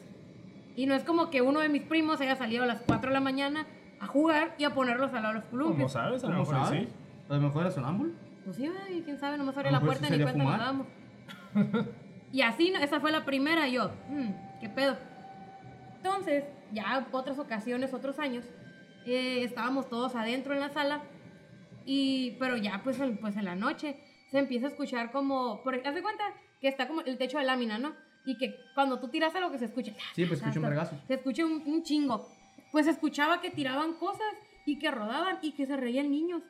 Speaker 6: Y no es como que uno de mis primos haya salido a las 4 de la mañana a jugar y a ponerlos al lado de los
Speaker 2: Como
Speaker 6: columpios.
Speaker 2: sabes, a lo
Speaker 5: ¿Cómo
Speaker 2: mejor
Speaker 5: sabes?
Speaker 2: sí.
Speaker 5: A lo mejor era sonámbulo.
Speaker 6: Pues sí, güey, quién sabe, nomás
Speaker 5: A
Speaker 6: abre
Speaker 5: lo
Speaker 6: la
Speaker 5: mejor
Speaker 6: puerta
Speaker 5: Ah, pues sí
Speaker 6: y ni
Speaker 5: salía a
Speaker 6: cuenta nos
Speaker 5: fumar.
Speaker 6: dábamos. y así, no- esa fue la primera, y yo, "Mm, ¿qué pedo? Entonces, ya otras ocasiones, otros años, eh, estábamos todos adentro en la sala, y, pero ya pues, en- pues en la noche se empieza a escuchar como, por, haz de cuenta que está como el techo de lámina, ¿no? Y que cuando tú tiras algo que se escucha. ta,
Speaker 5: Sí,
Speaker 6: ta,
Speaker 5: pues
Speaker 6: ta,
Speaker 5: escuché un
Speaker 6: ta.
Speaker 5: vergazo.
Speaker 6: Se escucha un, un chingo. Pues escuchaba que tiraban cosas y que rodaban y que se reían niños.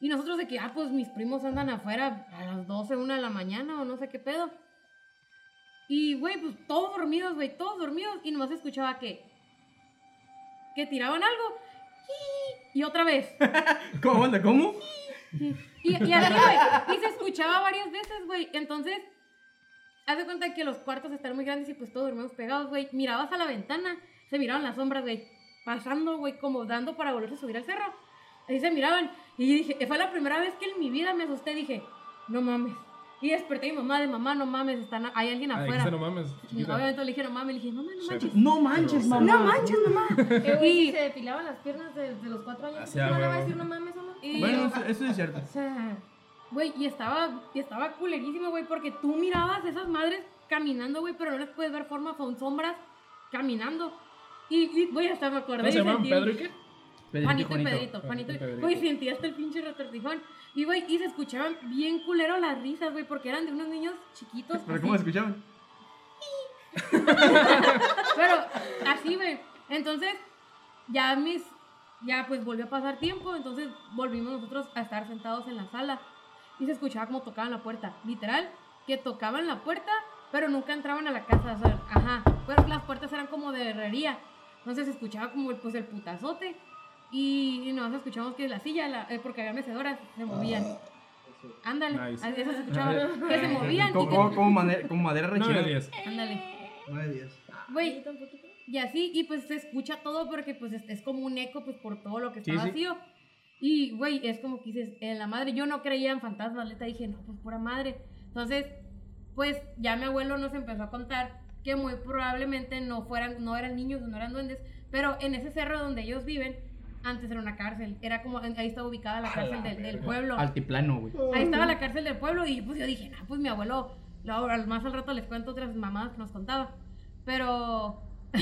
Speaker 6: Y nosotros de que, ah, pues mis primos andan afuera a las 12, 1 de la mañana o no sé qué pedo. Y, güey, pues todos dormidos, güey, todos dormidos. Y nomás escuchaba que... Que tiraban algo. Y otra vez.
Speaker 5: ¿Cómo anda? ¿Cómo?
Speaker 6: Y, y así, güey. Y se escuchaba varias veces, güey. Entonces, haz de cuenta que los cuartos están muy grandes y pues todos dormimos pegados, güey. Mirabas a la ventana, se miraban las sombras, güey. Pasando, güey, como dando para volverse a subir al cerro. Ahí se miraban. Y dije, fue la primera vez que en mi vida me asusté. Dije, no mames. Y desperté a mi mamá de mamá, no mames, están, hay alguien
Speaker 2: Ay,
Speaker 6: afuera.
Speaker 2: que se Ah, no mames.
Speaker 6: Y
Speaker 2: chiquita.
Speaker 6: obviamente le dije, no mames, le dije, mamá, no manches.
Speaker 5: No manches, mamá.
Speaker 6: No manches, mamá.
Speaker 7: Eh, güey,
Speaker 6: Y-
Speaker 7: se depilaban las piernas desde los cuatro años.
Speaker 2: Ah, ya,
Speaker 7: ¿Cómo le va a
Speaker 2: huevo.
Speaker 7: decir no mames o no?
Speaker 6: Y-
Speaker 5: Bueno, eso, eso es cierto.
Speaker 6: O sea, güey, y estaba, y estaba culerísimo, güey, porque tú mirabas esas madres caminando, güey, pero no les puedes ver forma, son sombras caminando. Y, y, güey, hasta me acordé.
Speaker 2: ¿Cómo se
Speaker 6: y
Speaker 2: llaman?
Speaker 6: sentí-
Speaker 2: ¿Pedro y qué?
Speaker 5: Pedrito y
Speaker 6: Juanito y
Speaker 5: Juanito.
Speaker 6: Pedrito, Juanito
Speaker 2: Juanito y
Speaker 6: y
Speaker 2: Pedrito.
Speaker 6: Güey, sentí hasta el pinche retortijón. Y, güey, y se escuchaban bien culero las risas, güey, porque eran de unos niños chiquitos.
Speaker 5: ¿Pero
Speaker 6: así.
Speaker 5: cómo se escuchaban?
Speaker 6: Pero así, güey. Entonces, ya mis. Ya pues volvió a pasar tiempo, entonces volvimos nosotros a estar sentados en la sala. Y se escuchaba como tocaban la puerta. Literal, que tocaban la puerta, pero nunca entraban a la casa. o sea, ajá. Pero las puertas eran como de herrería. Entonces se escuchaba como pues el putazote. Y, y nos escuchamos que la silla, la- eh, porque había mecedoras, se movían. Ándale,
Speaker 2: Nice.
Speaker 6: así se escuchaba. Que se movían.
Speaker 5: Como,
Speaker 6: y que-
Speaker 5: como, como madera, como madera
Speaker 2: No,
Speaker 5: rechina.
Speaker 2: diez.
Speaker 6: Ándale.
Speaker 8: 9 días.
Speaker 6: Güey, y así, y pues se escucha todo porque pues es, es como un eco pues por todo lo que está
Speaker 2: Sí, sí.
Speaker 6: vacío. Y, güey, es como que dices, en la madre, yo no creía en fantasmas, neta, dije, no, pues pura madre. Entonces, pues ya mi abuelo nos empezó a contar que muy probablemente no fueran, no eran niños, no eran duendes, pero en ese cerro donde ellos viven, antes era una cárcel, era como, ahí estaba ubicada la
Speaker 2: A
Speaker 6: cárcel
Speaker 2: la
Speaker 6: del, del
Speaker 2: verga.
Speaker 6: pueblo.
Speaker 5: Altiplano, güey.
Speaker 6: Ahí estaba la cárcel del pueblo y pues yo dije, nah, pues mi abuelo, luego, al- más al rato les cuento otras mamadas que nos contaba. Pero,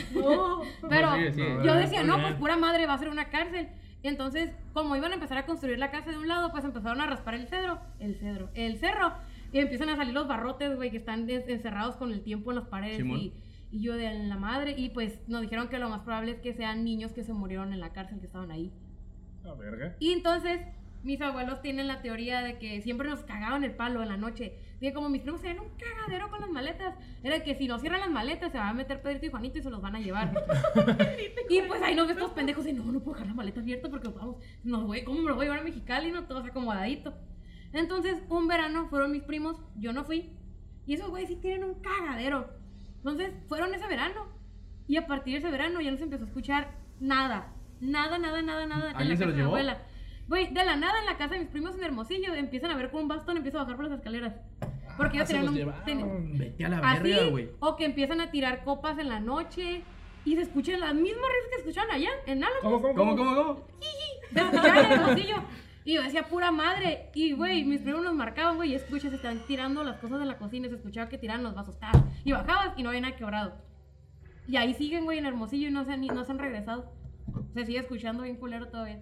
Speaker 6: pero
Speaker 2: Pues sí, sí.
Speaker 6: yo decía, no,
Speaker 2: Muy
Speaker 6: pues
Speaker 2: bien.
Speaker 6: pura madre va a ser una cárcel. Entonces, como iban a empezar a construir la casa de un lado, pues empezaron a raspar el cedro, el cedro, el cerro. Y empiezan a salir los barrotes, güey, que están des- encerrados con el tiempo en las paredes.
Speaker 5: Simón.
Speaker 6: Y, y yo de la madre. Y pues nos dijeron que lo más probable es que sean niños que se murieron en la cárcel que estaban ahí.
Speaker 2: A Ah, verga.
Speaker 6: Y entonces, mis abuelos tienen la teoría de que siempre nos cagaban el palo en la noche. De como mis primos eran un cagadero con las maletas. Era que si no cierran las maletas, se van a meter Pedrito y Juanito y se los van a llevar. y pues ahí nos ves estos pendejos de no, no puedo dejar la maleta abierta porque vamos, no, güey, ¿cómo me lo voy a llevar a Mexicali? No, todo acomodadito. Entonces, un verano fueron mis primos, yo no fui. Y esos güeyes sí tienen un cagadero. Entonces, fueron ese verano. Y a partir de ese verano ya no se empezó a escuchar nada. Nada, nada, nada, nada. en la
Speaker 5: ¿Alguien se
Speaker 6: casa
Speaker 5: los
Speaker 6: de mi
Speaker 5: llevó?
Speaker 6: abuela. Güey, de la nada en la casa de mis primos en Hermosillo empiezan a ver con un bastón, empieza a bajar por las escaleras. Porque
Speaker 2: Ah,
Speaker 6: ellos
Speaker 2: se
Speaker 6: tenían
Speaker 2: los
Speaker 6: un.
Speaker 2: llevaron.
Speaker 6: ten-
Speaker 5: Vete a ah, la
Speaker 6: así,
Speaker 5: verga, güey.
Speaker 6: o que empiezan a tirar copas en la noche. Y se escuchan las mismas risas que escuchaban allá, en Álamo.
Speaker 2: ¿Cómo, cómo,
Speaker 5: ¿Cómo, cómo, cómo?
Speaker 6: Se escuchaban en Hermosillo. Y yo decía, pura madre. Y, güey, mis primos nos marcaban, güey, y escuchas, se están tirando las cosas de la cocina. y Se escuchaba que tiraban los vasos, tas. Y bajabas y no había nada quebrado. Y ahí siguen, güey, en Hermosillo y no se han, no se han regresado. Se sigue escuchando bien culero todavía.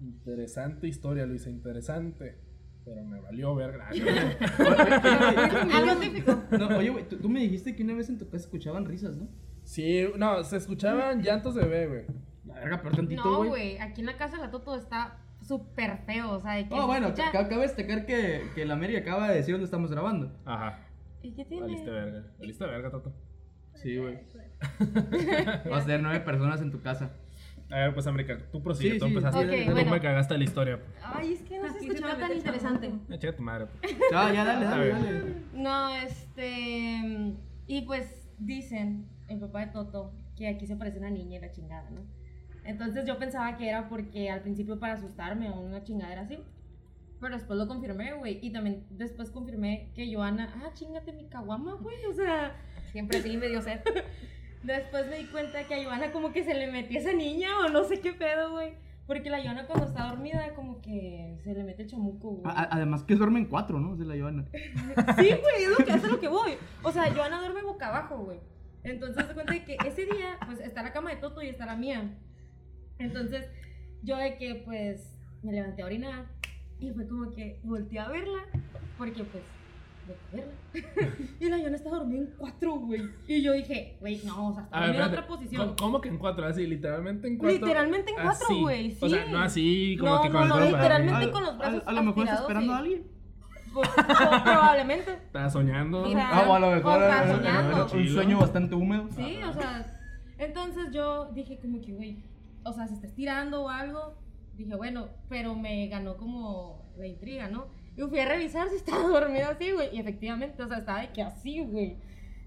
Speaker 2: Interesante historia, Luisa, interesante. Pero me valió verga.
Speaker 7: Algo típico.
Speaker 5: No, oye, güey, tú, tú me dijiste que una vez en tu casa escuchaban risas, ¿no?
Speaker 2: Sí, no, se escuchaban llantos de bebé, güey.
Speaker 5: La verga, pero tantito,
Speaker 7: No,
Speaker 5: güey.
Speaker 7: güey, aquí en la casa de la Toto está súper feo, o sea, de que...
Speaker 5: Oh, bueno,
Speaker 7: ya-
Speaker 5: ca- cabe destacar que, que la Mary acaba de decir dónde estamos grabando.
Speaker 2: Ajá.
Speaker 7: ¿Y qué
Speaker 2: Valiste
Speaker 7: tiene?
Speaker 2: verga. Valiste verga, Tato.
Speaker 5: Sí, güey. Pues, Va a ser nueve personas en tu casa.
Speaker 2: A ver, pues, América, tú prosigue,
Speaker 5: Sí,
Speaker 2: tú
Speaker 5: sí.
Speaker 2: empezaste.
Speaker 7: Ok,
Speaker 2: tú
Speaker 7: bueno.
Speaker 2: me cagaste la historia.
Speaker 7: Ay, es que no se
Speaker 6: Aquí se
Speaker 7: escuchaba
Speaker 6: te
Speaker 7: tan
Speaker 6: mete el
Speaker 7: interesante.
Speaker 6: chamuco.
Speaker 2: Ah, Chica tu madre. pues.
Speaker 5: Ya, ya, dale, dale,
Speaker 2: A ver.
Speaker 5: dale.
Speaker 7: No, este. Y pues dicen, el papá de Toto, que aquí se parece una niña y la chingada, ¿no?
Speaker 6: Entonces yo pensaba que era porque al principio para asustarme o una chingadera así. Pero después lo confirmé, güey. Y también después confirmé que Joana, ah, chingate mi caguama, güey. O sea,
Speaker 9: Siempre sí me dio sed.
Speaker 6: después me di cuenta que a Joana como que se le metía esa niña o no sé qué pedo, güey. Porque la Joana cuando está dormida como que se le mete el chamuco, güey.
Speaker 5: A- a- Además que duermen cuatro, ¿no? De la Joana.
Speaker 6: Sí, güey, es lo que hace lo que voy. O sea, Joana duerme boca abajo, güey. Entonces, se cuenta de que ese día, pues, está la cama de Toto y está la mía. Entonces, yo de que, pues, me levanté a orinar y fue como que volteé a verla, porque, pues, volteé a verla. y la Joana está dormida en cuatro, güey. Y yo dije, güey, no, o sea, está
Speaker 2: A ver,
Speaker 6: dormida en
Speaker 2: espérate,
Speaker 6: otra posición.
Speaker 2: ¿cómo- ¿Cómo que en cuatro? Así, literalmente en cuatro.
Speaker 6: Literalmente en cuatro,
Speaker 2: Así.
Speaker 6: güey,
Speaker 2: O sea,
Speaker 6: sí.
Speaker 2: no así, como
Speaker 6: No,
Speaker 2: que
Speaker 6: no,
Speaker 2: con
Speaker 6: no,
Speaker 2: el
Speaker 6: literalmente.
Speaker 5: A-
Speaker 6: con los
Speaker 5: a-
Speaker 6: brazos
Speaker 5: A, lo mejor está
Speaker 6: aspirados
Speaker 5: esperando
Speaker 6: y-
Speaker 5: a alguien.
Speaker 6: Pues, pues, probablemente.
Speaker 2: Estaba soñando.
Speaker 6: O sea,
Speaker 5: Ah, o a lo
Speaker 6: o
Speaker 5: mejor
Speaker 6: sea,
Speaker 5: era- era-
Speaker 6: soñando.
Speaker 5: era un
Speaker 2: Chilo.
Speaker 5: sueño bastante húmedo.
Speaker 6: Sí, o sea, entonces yo dije como que, güey, o sea, se está estirando o algo. Dije, bueno, pero me ganó como la intriga, ¿no? Y fui a revisar si estaba dormido así, güey. Y efectivamente, o sea, estaba de que así, güey.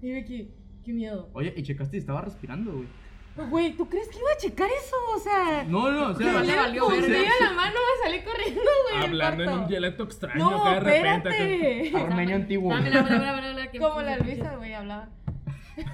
Speaker 6: Y de que, qué miedo.
Speaker 5: Oye, y checaste y estaba respirando, güey.
Speaker 6: Güey, ¿tú crees que iba a checar eso? O sea,
Speaker 5: No, no, o
Speaker 6: me
Speaker 5: sea,
Speaker 6: le
Speaker 5: valió
Speaker 6: pondría
Speaker 5: verga.
Speaker 6: la mano, me salí corriendo, güey. del
Speaker 2: Hablando en
Speaker 6: cuarto.
Speaker 2: un dialecto extraño
Speaker 6: No,
Speaker 2: acá de repente. acá.
Speaker 6: espérate.
Speaker 5: armenio antiguo.
Speaker 3: Dame la, dame la, dame la, que-
Speaker 6: Como la Luisa, güey, hablaba.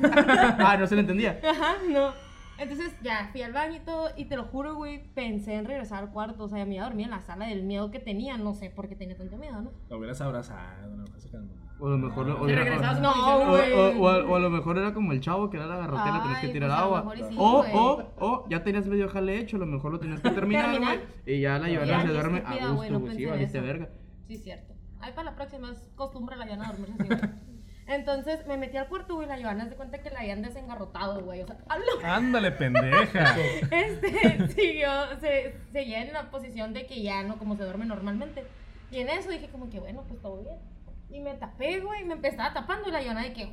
Speaker 5: Ah, no se le entendía.
Speaker 6: Ajá, no. Entonces ya fui al baño y todo, y te lo juro, güey, pensé en regresar al cuarto. O sea, me iba a dormir en la sala del miedo que tenía. No sé por qué tenía tanto miedo, ¿no?
Speaker 2: Lo hubieras abrazado, no, se calmaba.
Speaker 5: O a lo mejor. o- o-
Speaker 3: Te regresabas
Speaker 6: No,
Speaker 3: como diciendo,
Speaker 5: O, o- o a, o a lo mejor era como el chavo que era la garrotera, tenías que
Speaker 6: Ay,
Speaker 5: tirar
Speaker 6: pues, a lo
Speaker 5: agua.
Speaker 6: mejor y sí,
Speaker 5: o,
Speaker 6: güey.
Speaker 5: o, o, ya tenías medio jale hecho, a lo mejor lo tenías que terminar,
Speaker 6: Terminar.
Speaker 5: güey. Y ya la
Speaker 6: Ya,
Speaker 5: llorona se
Speaker 6: qué
Speaker 5: duerme
Speaker 6: estúpida,
Speaker 5: a
Speaker 6: güey, no
Speaker 5: gusto, güey.
Speaker 6: pensé
Speaker 5: Sí,
Speaker 6: en
Speaker 5: valiste
Speaker 6: eso.
Speaker 5: verga.
Speaker 6: Sí, cierto. Ahí para la próxima es costumbre la Joana dormirse así, güey. Entonces me metí al cuarto, güey, la Joana se cuenta que la habían desengarrotado, güey. O sea, ¡hablo!
Speaker 2: Ándale, pendeja.
Speaker 6: Este, siguió, se, seguía en la posición de que ya no, como se duerme normalmente. Y en eso dije como que, bueno, pues todo bien. Y me tapé, güey, me empezaba tapando y la Yona de que...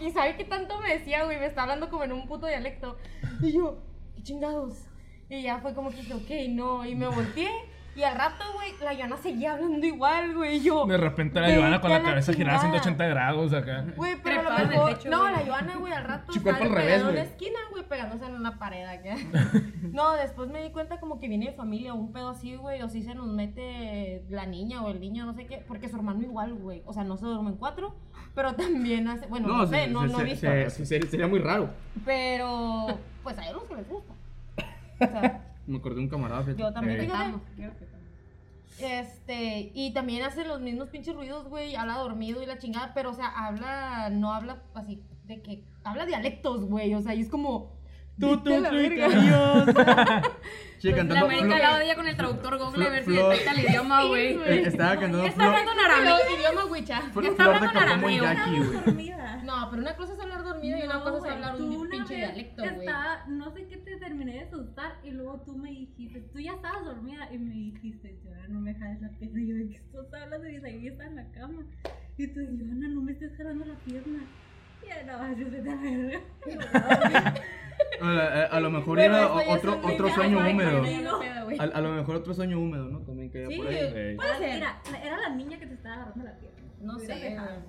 Speaker 6: Y sabe qué tanto me decía, güey, me está hablando como en un puto dialecto. Y yo, qué chingados. Y ya fue como que dije, ok, no, y me volteé. Y al rato, güey, la Yona seguía hablando igual, güey, y yo...
Speaker 2: De repente la
Speaker 6: Vete
Speaker 2: Joana con
Speaker 6: a
Speaker 2: la
Speaker 6: la
Speaker 2: cabeza girada
Speaker 6: chingada.
Speaker 2: 180 grados acá.
Speaker 6: Güey, pero a lo
Speaker 3: Trepada en el
Speaker 6: mejor.
Speaker 3: techo,
Speaker 6: no,
Speaker 3: güey.
Speaker 6: la Joana, güey, al rato
Speaker 5: Su
Speaker 6: estaba
Speaker 5: cuerpo al
Speaker 6: pegada
Speaker 5: revés,
Speaker 6: en una
Speaker 5: güey.
Speaker 6: esquina, güey, pegándose en una pared acá. no, después me di cuenta como que viene de familia, un pedo así, güey, o si se nos mete la niña o el niño, no sé qué, porque su hermano igual, güey. O sea, no se duerme en cuatro, pero también hace. Bueno, no, sé, no, no he visto.
Speaker 5: se- se- sería muy raro.
Speaker 6: Pero, pues a ellos se les gusta. O sea,
Speaker 5: Me acordé de un camarada. fíjate.
Speaker 6: yo también
Speaker 5: Eh,
Speaker 6: digo,
Speaker 3: Vamos,
Speaker 6: este, y también hace los mismos pinches ruidos, güey, habla dormido y la chingada, pero, o sea, habla, no habla así, de que, habla dialectos, güey, o sea, y es como...
Speaker 5: Tú, tú,
Speaker 6: "Vete a la
Speaker 5: tú,
Speaker 6: verga". Pues,
Speaker 5: cariñosa. Sí,
Speaker 3: La
Speaker 5: cantando.
Speaker 3: América al lado de ella con el traductor Google a ver si
Speaker 5: Flor-
Speaker 3: detecta
Speaker 6: pues,
Speaker 3: el idioma, güey.
Speaker 5: Flo- eh, Estaba cantando.
Speaker 3: Está
Speaker 5: Flor-
Speaker 3: hablando
Speaker 6: Pero
Speaker 3: naranjo.
Speaker 6: idioma huicha.
Speaker 5: Flor-
Speaker 3: está
Speaker 5: Flor de
Speaker 3: hablando
Speaker 5: Cajomón
Speaker 3: naranjo.
Speaker 5: Yaqui, güey.
Speaker 10: dormida.
Speaker 6: No, pero una cosa es hablar dormido y una
Speaker 10: No,
Speaker 6: cosa es
Speaker 10: güey,
Speaker 6: hablar
Speaker 10: tú
Speaker 6: un
Speaker 10: una
Speaker 6: pinche
Speaker 10: vez
Speaker 6: dialecto, güey.
Speaker 10: estaba- No sé qué te terminé de asustar y luego tú me dijiste, tú ya estabas dormida y me dijiste, Joana, no me jales la pierna. Y yo, ¿de qué estás hablando? Y ahí está en la cama. Y tú, Joana, no me estés jalando la pierna. Y ahora vas a hacer la verga.
Speaker 5: A, eh, a- a lo mejor
Speaker 6: Pero
Speaker 5: era
Speaker 6: eso ya
Speaker 5: otro,
Speaker 6: es un
Speaker 5: otro
Speaker 6: niño,
Speaker 5: sueño
Speaker 6: güey,
Speaker 5: húmedo.
Speaker 6: que no pedo, güey.
Speaker 5: A, a lo mejor otro sueño húmedo, ¿no? También caía por ahí. eh,
Speaker 6: Sí,
Speaker 2: Ey.
Speaker 6: puede ser.
Speaker 10: Era, era la niña que te estaba agarrando la pierna.
Speaker 6: No
Speaker 10: Te hubiera
Speaker 6: sé,
Speaker 10: dejado.
Speaker 6: güey.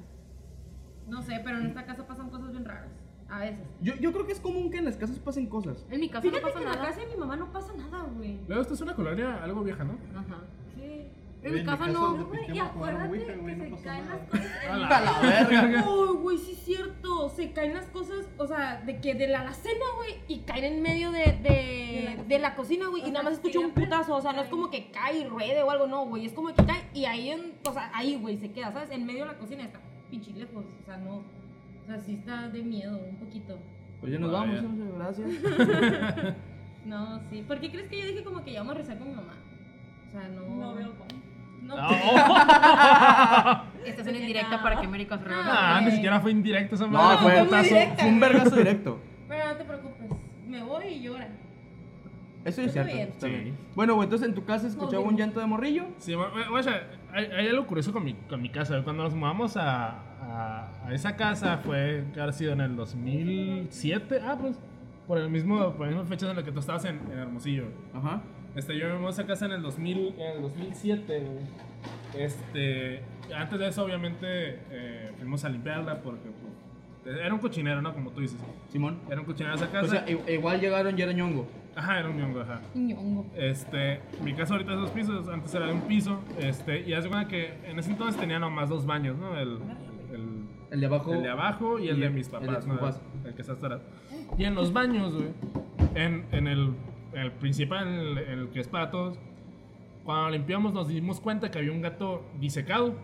Speaker 6: No sé, pero en esta casa pasan cosas bien raras. A veces.
Speaker 5: Yo, yo creo que es común que en las casas pasen cosas.
Speaker 3: En mi casa no
Speaker 6: Fíjate
Speaker 3: pasa
Speaker 6: que en la
Speaker 3: nada.
Speaker 6: casa de mi mamá no pasa nada, güey.
Speaker 2: Luego, esta es una colonia algo vieja, ¿no?
Speaker 6: Ajá. Sí.
Speaker 3: En mi casa no.
Speaker 10: Güey, Y acuérdate que se caen las cosas.
Speaker 6: Ah.
Speaker 10: en-
Speaker 5: verga.
Speaker 6: Uy, güey, sí es cierto. Se caen las cosas, o sea, de que de la alacena, güey, y caen en medio de, de, de la cocina, güey, y nada más escucho un putazo. O sea, no es como que cae y ruede o algo, no, güey. Es como que cae y ahí, en, o sea, ahí, güey, se queda, ¿sabes? En medio de la cocina está pinche lejos, o sea, no. O sea, sí está de miedo, un poquito.
Speaker 5: Pues ya nos
Speaker 2: Vaya.
Speaker 5: vamos, Ángel, gracias.
Speaker 6: No, sí. ¿Por qué crees que yo dije como que ya vamos a rezar con mi mamá? O sea, no.
Speaker 10: No veo cómo.
Speaker 6: No,
Speaker 2: Ah, oh,
Speaker 3: Esta es una indirecta para que América se reúna.
Speaker 2: Ah,
Speaker 6: Ok.
Speaker 2: ni siquiera fue indirecto esa
Speaker 5: No,
Speaker 2: madre.
Speaker 6: fue
Speaker 5: fue,
Speaker 6: muy
Speaker 5: fue
Speaker 6: directa.
Speaker 5: un vergazo directo.
Speaker 6: Pero no te preocupes. Me voy y llora.
Speaker 5: Eso es
Speaker 6: Está
Speaker 5: cierto.
Speaker 6: bien.
Speaker 5: está
Speaker 2: Sí.
Speaker 5: bien. Bueno, güey, entonces en tu casa escuchaba un llanto de morrillo.
Speaker 2: Sí, ma- ma- o sea, hay, hay algo curioso con mi, con mi casa. güey. Cuando nos mudamos a, a, a esa casa fue, que habrá sido en el 2007. Ah, pues, por el mismo, por la misma fecha en la que tú estabas en, en Hermosillo. güey.
Speaker 5: Ajá.
Speaker 2: Este, yo me mudé a esa casa en el, 2000, en el 2007, güey. Este, antes de eso, obviamente, eh, fuimos a limpiarla porque pues, Era un cochinero, ¿no? Como tú dices.
Speaker 5: Simón.
Speaker 2: Era un cochinero esa casa.
Speaker 5: O sea, i- igual llegaron y era ñongo.
Speaker 2: ajá, era un ñongo, ajá.
Speaker 7: Ñongo.
Speaker 2: Este, mi casa ahorita es dos pisos, antes era de un piso, este, y hace cuenta que en ese entonces tenía nomás dos baños, ¿no? El, el,
Speaker 5: El de abajo.
Speaker 2: el de abajo y el
Speaker 5: Y
Speaker 2: de
Speaker 5: el-
Speaker 2: mis
Speaker 5: el de
Speaker 2: papás,
Speaker 5: tus
Speaker 2: ¿no?
Speaker 5: papás.
Speaker 2: El que está hasta atrás. Y en los baños, güey, en, en el, el principal, el, el que es para todos, cuando limpiamos nos dimos cuenta que había un gato disecado,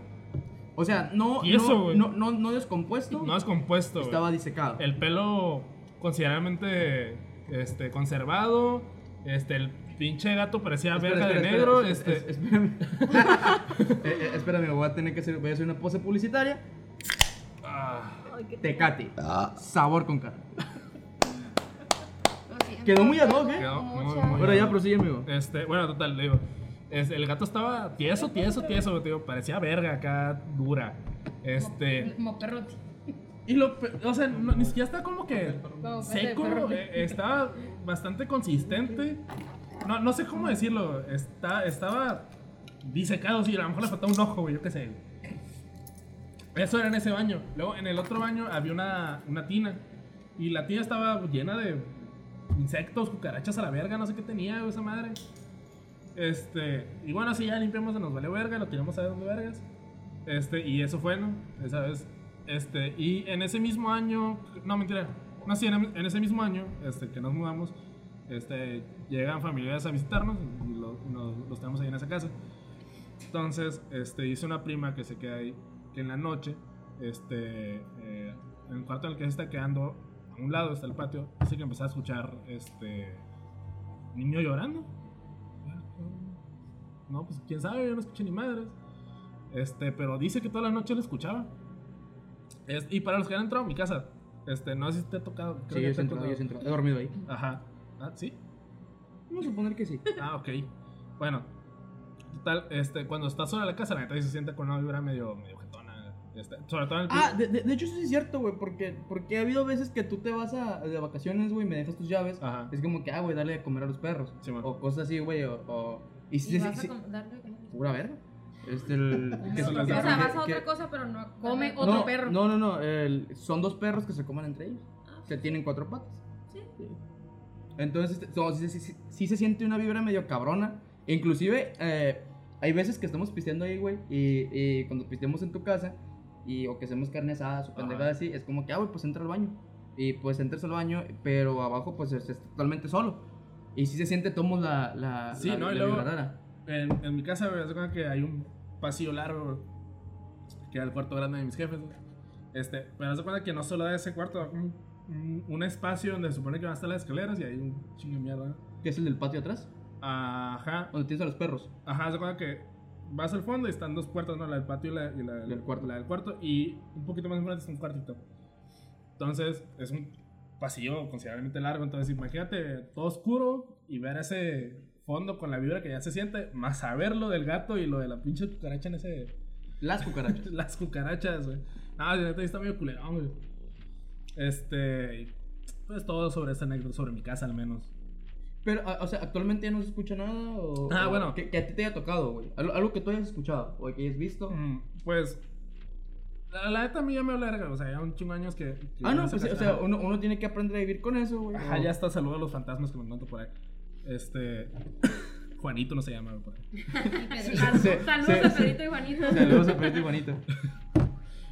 Speaker 5: O sea, no,
Speaker 2: ¿Y
Speaker 5: no-
Speaker 2: eso, güey?
Speaker 5: no, no, no descompuesto.
Speaker 2: no descompuesto, güey.
Speaker 5: estaba disecado.
Speaker 2: El pelo considerablemente este, conservado, este, el pinche gato parecía
Speaker 5: Espera,
Speaker 2: verga de
Speaker 5: espera,
Speaker 2: negro,
Speaker 5: espera,
Speaker 2: este...
Speaker 5: es- Espérame. Eh, eh, espérame, voy a tener que hacer, voy a hacer una pose publicitaria.
Speaker 2: ah.
Speaker 5: Tecate. Sabor con carne.
Speaker 10: Oh,
Speaker 5: Quedó muy ad hoc, ¿eh?
Speaker 2: Quedó muy, muy
Speaker 5: Pero ya
Speaker 2: bien.
Speaker 5: prosigue, amigo.
Speaker 2: Este, bueno, total, le digo. es- el gato estaba tieso, tieso, tieso, güey, te digo, parecía verga acá, dura. Este.
Speaker 7: Como perrote.
Speaker 2: Y lo. pe- O sea, no, ni siquiera está como que
Speaker 7: Como perro de
Speaker 2: seco,
Speaker 7: perro.
Speaker 2: eh, estaba bastante consistente. No, no sé cómo decirlo, está, estaba disecado, sí, a lo mejor le faltaba un ojo, güey, yo qué sé. Eso era en ese baño. Luego en el otro baño había una, una tina. Y la tina estaba llena de insectos, cucarachas a la verga, no sé qué tenía güey, esa madre. Este, y bueno, así ya limpiamos, se nos valió verga, lo tiramos a ver dónde vergas. Este, y eso fue, ¿no? Esa vez. Este, y en ese mismo año, no mentira, no, sí, en, en ese mismo año este, que nos mudamos, este, llegan familiares a visitarnos y lo- nos- los tenemos ahí en esa casa. Entonces, este, hice una prima que se queda ahí, que en la noche, este, eh, en el cuarto en el que se está quedando, a un lado está el patio, así que empecé a escuchar, este, niño llorando. No, pues quién sabe, yo no escuché ni madres. Este, pero dice que toda la noche lo escuchaba. Es- y para los que han entrado a mi casa, este, no sé si te ha tocado. creo
Speaker 5: Sí,
Speaker 2: que
Speaker 5: yo
Speaker 2: te
Speaker 5: sí
Speaker 2: ha
Speaker 5: entro,
Speaker 2: tocado.
Speaker 5: yo sí entro. He dormido ahí.
Speaker 2: Ajá. Ah, ¿Sí?
Speaker 5: Vamos a suponer que sí.
Speaker 2: Ah, ok. Bueno, total, este, cuando estás sola en la casa, la neta sí se siente con una vibra medio, medio jetona. este, sobre todo en el
Speaker 5: Ah, de, de- de hecho eso sí es cierto, güey, porque, porque ha habido veces que tú te vas a, de vacaciones, güey, me dejas tus llaves.
Speaker 2: Ajá.
Speaker 5: Es como que, ah, güey, dale de comer a los perros.
Speaker 2: Sí, man.
Speaker 5: o cosas así, güey, o... o- Y sí,
Speaker 7: Y
Speaker 5: sí,
Speaker 7: vas
Speaker 5: sí-
Speaker 7: a com- darle con él.
Speaker 5: Pura verga. Este, el... que-
Speaker 2: O sea,
Speaker 5: que-
Speaker 10: O sea, vas
Speaker 5: que-
Speaker 10: a otra
Speaker 5: que-
Speaker 10: cosa, pero no
Speaker 7: Come
Speaker 10: come
Speaker 7: otro
Speaker 10: otro
Speaker 5: no,
Speaker 10: perro. Ah,
Speaker 5: No, no, no. el- son dos perros que se coman entre ellos. Que tienen cuatro patas.
Speaker 10: Sí.
Speaker 5: Entonces, este, no, sí, sí- sí- sí se siente una vibra medio cabrona. Inclusive, eh, hay veces que estamos pisteando ahí, güey. Y, y cuando pisteamos en tu casa, y, o que hacemos carne asada o pendejadas así, es como que, ah, güey, pues entra al baño. Y pues entras al baño, pero abajo pues es, es totalmente solo. Y sí se siente, tomo la, la,
Speaker 2: Sí,
Speaker 5: la-
Speaker 2: ¿no? Y
Speaker 5: la
Speaker 2: luego-
Speaker 5: vibra rara.
Speaker 2: En, en mi casa, güey, haz de cuenta que hay un pasillo largo, güey, que era el cuarto grande de mis jefes. güey. Este, pero haz de cuenta que no solo da ese cuarto, da un, un- un espacio donde se supone que van a estar las escaleras y hay un chingo de mierda.
Speaker 5: Que es el del patio atrás,
Speaker 2: Ajá,
Speaker 5: donde tienes a los perros.
Speaker 2: ajá, haz de cuenta que vas al fondo y están dos puertas, ¿no? La del patio y la, y la,
Speaker 5: La del cuarto.
Speaker 2: la del cuarto. Y un poquito más enfrente es un cuartito. Entonces, es un pasillo considerablemente largo. Entonces, imagínate todo oscuro y ver ese fondo con la vibra que ya se siente, más saberlo del gato y lo de la pinche cucaracha en ese
Speaker 5: Las cucarachas.
Speaker 2: las cucarachas, güey. Ah, de neta, sí está medio culerón, güey. Este. y, Pues todo sobre esta anécdota, sobre mi casa al menos.
Speaker 5: Pero, a- o sea, actualmente ya no se escucha nada o...
Speaker 2: Ah,
Speaker 5: o
Speaker 2: bueno.
Speaker 5: Que, que a ti te haya tocado, güey. Algo, algo que tú hayas escuchado o que hayas visto.
Speaker 2: Mm, Pues. La, la neta a mí ya me habla verga, o sea, ya un chingo de años que. que
Speaker 5: Ah, no,
Speaker 2: esa
Speaker 5: pues,
Speaker 2: casa-
Speaker 5: o sea,
Speaker 2: ajá.
Speaker 5: uno, uno tiene que aprender a vivir con eso, güey.
Speaker 2: Ajá,
Speaker 5: O-
Speaker 2: ya está, saludo a los fantasmas que me encuentro por ahí. Este. Juanito no se llama, güey, por ahí.
Speaker 5: Sí, sí,
Speaker 10: Saludos
Speaker 5: sí,
Speaker 10: a
Speaker 5: sí.
Speaker 10: Pedrito y Juanito.
Speaker 5: Saludos a Pedrito y Juanito.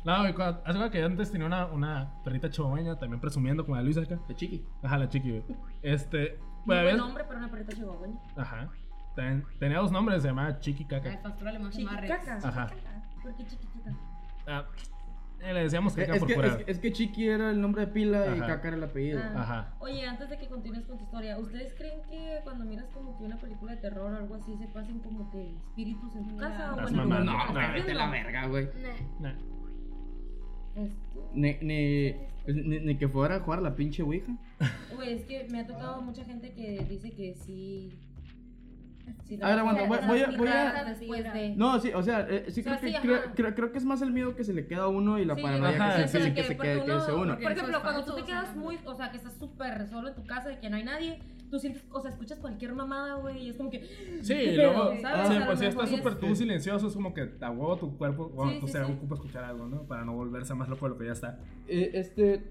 Speaker 2: No, güey, cuando- hace cuenta que yo antes tenía una, una perrita chihuahueña, también presumiendo como la Luisa acá.
Speaker 5: De chiqui.
Speaker 2: Ajá, la chiqui, güey. Este.
Speaker 7: Muy
Speaker 2: bueno,
Speaker 7: buen
Speaker 2: había-
Speaker 7: nombre para una perrita chihuahueña.
Speaker 2: Ajá. Ten- tenía dos nombres, se llamaba Chiqui
Speaker 7: La de
Speaker 2: Caca.
Speaker 7: pastora alemán se llama Rex.
Speaker 10: Chiquicaca.
Speaker 2: Ajá.
Speaker 10: ¿Por qué chiquitita?
Speaker 2: Ah, eh, le decíamos
Speaker 5: Eh,
Speaker 2: caca
Speaker 5: Es
Speaker 2: por
Speaker 5: que,
Speaker 2: fuera.
Speaker 5: es, que- es que chiqui era el nombre de pila y
Speaker 2: Ajá.
Speaker 5: caca era el apellido.
Speaker 10: Ah.
Speaker 2: Ajá.
Speaker 10: Oye, antes de que continúes con tu historia, ¿ustedes creen que cuando miras como que una película de terror o algo así se pasen como que espíritus en tu casa o
Speaker 2: Las
Speaker 10: en el lugar
Speaker 2: mamás,
Speaker 10: que
Speaker 2: no,
Speaker 10: estás
Speaker 5: vete a
Speaker 10: viendo?
Speaker 5: la verga, güey.
Speaker 2: Nah.
Speaker 10: Este,
Speaker 5: Ni, ni, pues, ni, ni que fuera a jugar a la pinche ouija.
Speaker 10: Güey, es que me ha tocado mucha gente que dice que sí. sí
Speaker 5: A ver, aguanta,
Speaker 10: sí,
Speaker 5: voy-
Speaker 10: sí,
Speaker 5: voy a-
Speaker 10: sí,
Speaker 5: voy a-
Speaker 10: raza después de-
Speaker 5: No, sí, o sea, eh, sí,
Speaker 10: O sea,
Speaker 5: creo,
Speaker 10: sí,
Speaker 5: que, creo,
Speaker 10: ajá.
Speaker 5: creo- creo que es más el miedo que se le queda a uno y la
Speaker 10: Sí,
Speaker 5: paranoia
Speaker 2: ajá,
Speaker 5: que, se,
Speaker 2: sí,
Speaker 5: que, se, que,
Speaker 10: porque
Speaker 5: que se
Speaker 10: uno-
Speaker 5: une.
Speaker 10: porque-
Speaker 7: Por ejemplo,
Speaker 10: Porque
Speaker 7: cuando tú
Speaker 10: eso
Speaker 7: te
Speaker 10: es
Speaker 7: quedas
Speaker 10: falso,
Speaker 7: muy, o sea, que estás súper solo en tu casa y que no hay nadie,
Speaker 10: tú sientes, o sea, escuchas cualquier mamada, güey, y es como que.
Speaker 2: Sí,
Speaker 10: ¿qué
Speaker 2: y
Speaker 10: pedo,
Speaker 2: luego,
Speaker 10: ¿sabes?
Speaker 2: sí,
Speaker 10: O sea, a
Speaker 2: pues
Speaker 10: lo
Speaker 2: si estás
Speaker 10: mejor
Speaker 2: súper
Speaker 10: es-
Speaker 2: tú silencioso, es como que a huevo tu cuerpo, bueno,
Speaker 10: Sí,
Speaker 2: tu
Speaker 10: sí,
Speaker 2: cerebro
Speaker 10: sí.
Speaker 2: ocupa escuchar algo, ¿no? Para no volverse más loco de lo que ya está.
Speaker 5: Eh, este,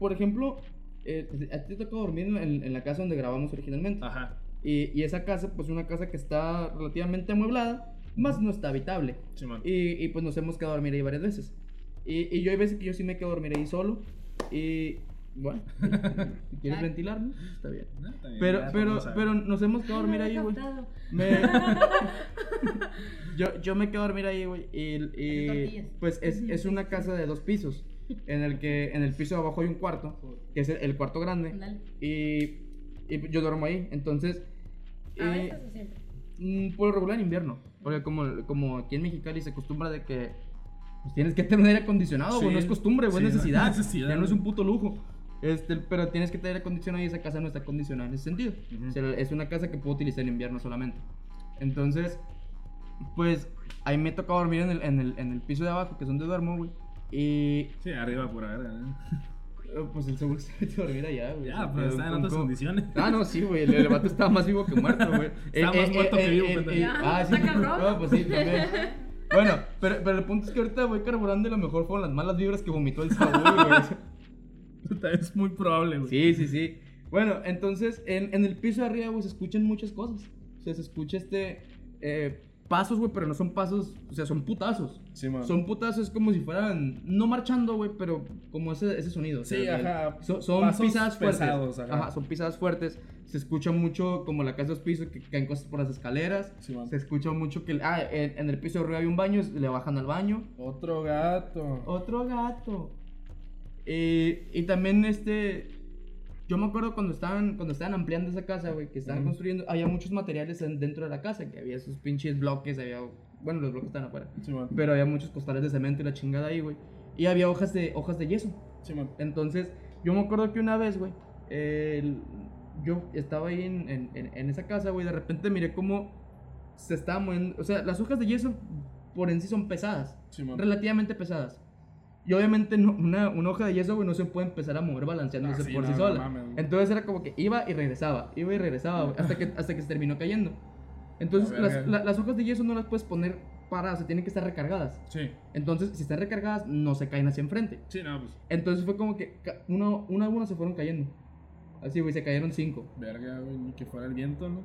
Speaker 5: por ejemplo, eh, a ti te tocó dormir en, en- en la casa donde grabamos originalmente.
Speaker 2: Ajá.
Speaker 5: Y, y esa casa, pues una casa que está relativamente amueblada, más no está habitable.
Speaker 2: Simón.
Speaker 5: Y, y, pues nos hemos quedado a dormir ahí varias veces. Y, y yo hay veces que yo sí me quedo a dormir ahí solo. Y bueno, si quieres ventilarme, está bien.
Speaker 2: Ah, está bien,
Speaker 5: Pero,
Speaker 2: ya,
Speaker 5: pero,
Speaker 2: vamos a-
Speaker 5: pero nos hemos quedado a dormir
Speaker 10: Ah,
Speaker 5: ahí, güey.
Speaker 10: captado.
Speaker 5: Me- yo, yo me quedo a dormir ahí, güey. Y, y,
Speaker 7: tortillas.
Speaker 5: pues es, es una casa de dos pisos. En el que en el piso de abajo hay un cuarto, que es el, el cuarto grande.
Speaker 10: Ándale.
Speaker 5: Y, y yo duermo ahí. Entonces,
Speaker 7: ¿A
Speaker 5: eh,
Speaker 7: veces o siempre?
Speaker 5: mm, por lo regular en invierno. Porque como, como aquí en Mexicali se acostumbra de que pues, tienes que tener aire acondicionado, güey.
Speaker 2: Sí.
Speaker 5: No es costumbre, güey,
Speaker 2: Sí,
Speaker 5: es
Speaker 2: no,
Speaker 5: necesidad.
Speaker 2: necesidad,
Speaker 5: Ya no es
Speaker 2: güey.
Speaker 5: un puto lujo. Este, pero tienes que tener aire acondicionado y esa casa no está acondicionada en ese sentido.
Speaker 2: Ujú.
Speaker 5: O sea, es una casa que puedo utilizar en invierno solamente. Entonces, pues ahí me toca dormir en el, en el, en el piso de abajo, que es donde duermo, güey. Y
Speaker 2: Sí, arriba por ahora. ¿eh?
Speaker 5: eh, pues el seguro se mete a dormir allá, güey.
Speaker 2: Ya,
Speaker 5: Se
Speaker 2: pero
Speaker 5: quedó
Speaker 2: está en
Speaker 5: con-
Speaker 2: otras
Speaker 5: con-
Speaker 2: condiciones.
Speaker 5: Ah, no, sí, güey. El, el vato estaba más vivo que muerto, güey.
Speaker 2: Estaba más muerto que vivo, pendejo.
Speaker 5: eh,
Speaker 7: Ya,
Speaker 5: ah, sí.
Speaker 7: está cabrón.
Speaker 5: No, pues sí, también. Bueno, pero, pero el punto es que ahorita voy carburando y a lo mejor fueron las malas vibras que vomitó el sabor, güey.
Speaker 2: es muy probable, güey.
Speaker 5: Sí, sí, sí. Bueno, entonces en, en el piso de arriba, güey, se escuchan muchas cosas. O sea, se escucha este. eh, pasos, güey, pero no son pasos. O sea, son putazos.
Speaker 2: Sí, man.
Speaker 5: Son putazos, es como si fueran. No marchando, güey, pero como ese, ese sonido. o sea,
Speaker 2: Sí,
Speaker 5: el-
Speaker 2: ajá,
Speaker 5: Son, son
Speaker 2: pasos
Speaker 5: pisadas fuertes.
Speaker 2: pesados, ajá.
Speaker 5: ajá. son pisadas fuertes. Se escucha mucho como la casa de los pisos que caen cosas por las escaleras.
Speaker 2: Sí, man.
Speaker 5: Se escucha mucho que. Ah, en, en el piso de arriba hay un baño, le bajan al baño.
Speaker 2: Otro gato.
Speaker 5: Otro gato. Eh, y también este. Yo me acuerdo cuando estaban, cuando estaban ampliando esa casa, güey, que estaban
Speaker 2: Ujú.
Speaker 5: construyendo, había muchos materiales en- dentro de la casa, que había esos pinches bloques, había, bueno, los bloques estaban afuera,
Speaker 2: Sí, man.
Speaker 5: pero había muchos costales de cemento y la chingada ahí, güey, y había hojas de, hojas de yeso.
Speaker 2: Sí, man.
Speaker 5: Entonces, yo me acuerdo que una vez, güey, el- yo estaba ahí en, en- en- en esa casa, güey, de repente miré cómo se estaba moviendo, o sea, las hojas de yeso por en sí son pesadas,
Speaker 2: Sí, man.
Speaker 5: relativamente pesadas. Y obviamente no- una, una hoja de yeso, güey, no se puede empezar a mover balanceándose
Speaker 2: Ah, sí,
Speaker 5: por sí
Speaker 2: no, no
Speaker 5: sola.
Speaker 2: mames, güey.
Speaker 5: Entonces era como que iba y regresaba, iba y regresaba, güey, hasta que, hasta que se terminó cayendo. Entonces
Speaker 2: La verga.
Speaker 5: las, la- las hojas de yeso no las puedes poner paradas, se tienen que estar recargadas.
Speaker 2: Sí.
Speaker 5: Entonces, si están recargadas, no se caen hacia enfrente.
Speaker 2: Sí, no, pues.
Speaker 5: Entonces fue como que ca- uno, uno a uno se fueron cayendo. Así, güey, se cayeron cinco.
Speaker 2: Verga, güey. Ni que fuera el viento, ¿no?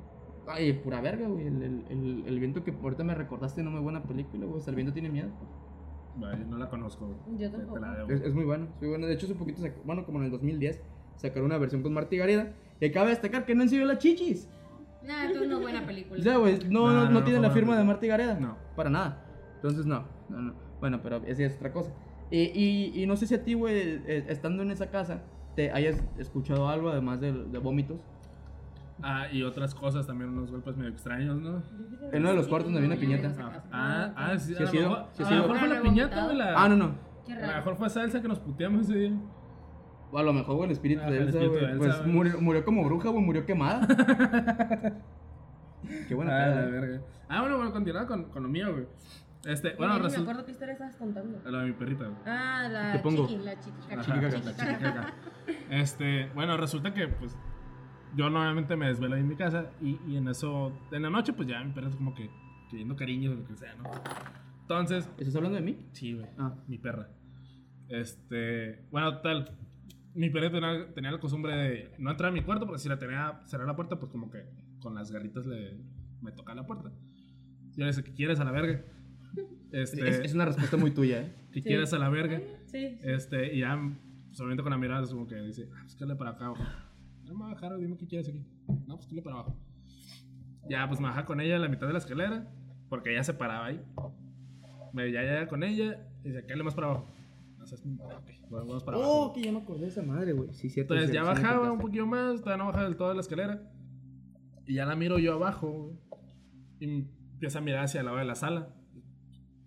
Speaker 5: Ay, pura verga, güey. El, el- el- el viento que ahorita me recordaste no me buena película, güey. O sea, el viento tiene miedo.
Speaker 2: Vale, no la conozco, güey.
Speaker 7: Yo
Speaker 2: Te- te
Speaker 7: tampoco.
Speaker 2: la debo.
Speaker 5: Es, es muy bueno, es muy bueno. De hecho, hace poquito, sacó- bueno, como en el 2010, sacaron una versión con Marty Gareda. Y cabe destacar que no enseñó las chichis.
Speaker 6: Nah, esto no es buena
Speaker 5: O
Speaker 6: película.
Speaker 5: sea, güey,
Speaker 2: No,
Speaker 5: no, no,
Speaker 2: no,
Speaker 5: no
Speaker 2: no
Speaker 5: tiene
Speaker 2: fue
Speaker 5: la firma
Speaker 2: buena.
Speaker 5: de Marty Gareda.
Speaker 2: No.
Speaker 5: Para nada. Entonces, no, no, no. Bueno, pero esa es otra cosa. Y, y- y no sé si a ti, güey, eh, estando en esa casa, te hayas escuchado algo además de, de vómitos.
Speaker 2: Ah, y otras cosas también, unos golpes medio extraños, ¿no?
Speaker 5: En uno de los cuartos donde había una
Speaker 6: No, ya
Speaker 5: piñata.
Speaker 6: no
Speaker 2: Ah,
Speaker 6: sé.
Speaker 2: ah, ah, sí,
Speaker 5: Sí
Speaker 2: a
Speaker 5: ha
Speaker 2: lo
Speaker 5: sido,
Speaker 2: mejor-
Speaker 5: sí ha
Speaker 2: a lo
Speaker 5: sido.
Speaker 2: mejor fue la
Speaker 7: Ah,
Speaker 2: piñata, güey. la-
Speaker 5: Ah, no, no.
Speaker 7: Qué
Speaker 2: A lo
Speaker 7: raro.
Speaker 2: mejor fue Salsa que nos puteamos ese día.
Speaker 5: O a lo mejor, güey, el espíritu
Speaker 2: Ajá,
Speaker 5: de
Speaker 2: Ah, el
Speaker 5: Elsa,
Speaker 2: espíritu
Speaker 5: güey.
Speaker 2: de Elsa,
Speaker 5: Pues
Speaker 2: güey.
Speaker 5: murió, murió como bruja, güey, murió quemada. Qué buena
Speaker 2: ah, la
Speaker 5: peda, güey.
Speaker 2: verga. Ah, bueno, bueno, continuando con, con lo mío, güey. Este, bueno,
Speaker 7: Ni me
Speaker 2: resulta.
Speaker 7: acuerdo qué historia estabas contando.
Speaker 2: Lo de mi perrita, güey.
Speaker 7: Ah, la
Speaker 5: Te pongo.
Speaker 7: chiqui, la chiqui.
Speaker 2: Ajá,
Speaker 5: chiquicaca.
Speaker 2: la chiquicaca. Este, bueno, resulta que pues yo normalmente me desvelo ahí en mi casa y, y en eso, en la noche, pues ya mi perro es como que pidiendo cariño o lo que sea, ¿no? Entonces,
Speaker 5: ¿Estás hablando de mí?
Speaker 2: sí, güey,
Speaker 5: Ah.
Speaker 2: mi perra. Este, bueno, tal. Mi perro tenía, tenía la costumbre de no entrar a mi cuarto porque si la tenía cerrar la puerta, pues como que con las garritas le, me tocaba la puerta. Ya le dice, ¿qué quieres a la verga? Este,
Speaker 5: Es, es una respuesta muy tuya, ¿eh?
Speaker 2: ¿qué quieres a la verga?
Speaker 7: Sí.
Speaker 2: Este, y ya solamente con la mirada es como que dice, ah, pues cállate para acá, abajo. No me bajaron, dime qué quieres aquí. No, pues cállate para abajo. Ya, pues me baja con ella a la mitad de la escalera, porque ella se paraba ahí. Me ya llega con ella y dice, cállate más para abajo. No seas mi madre, ok, bueno, vamos para
Speaker 5: Oh,
Speaker 2: abajo.
Speaker 5: que ya me acordé de esa madre, güey. Sí, cierto.
Speaker 2: Entonces
Speaker 5: sí,
Speaker 2: ya
Speaker 5: sí me
Speaker 2: bajaba
Speaker 5: contaste.
Speaker 2: un poquito más, todavía no bajaba del todo de la escalera. Y ya la miro yo abajo, güey, y empieza a mirar hacia el lado de la sala.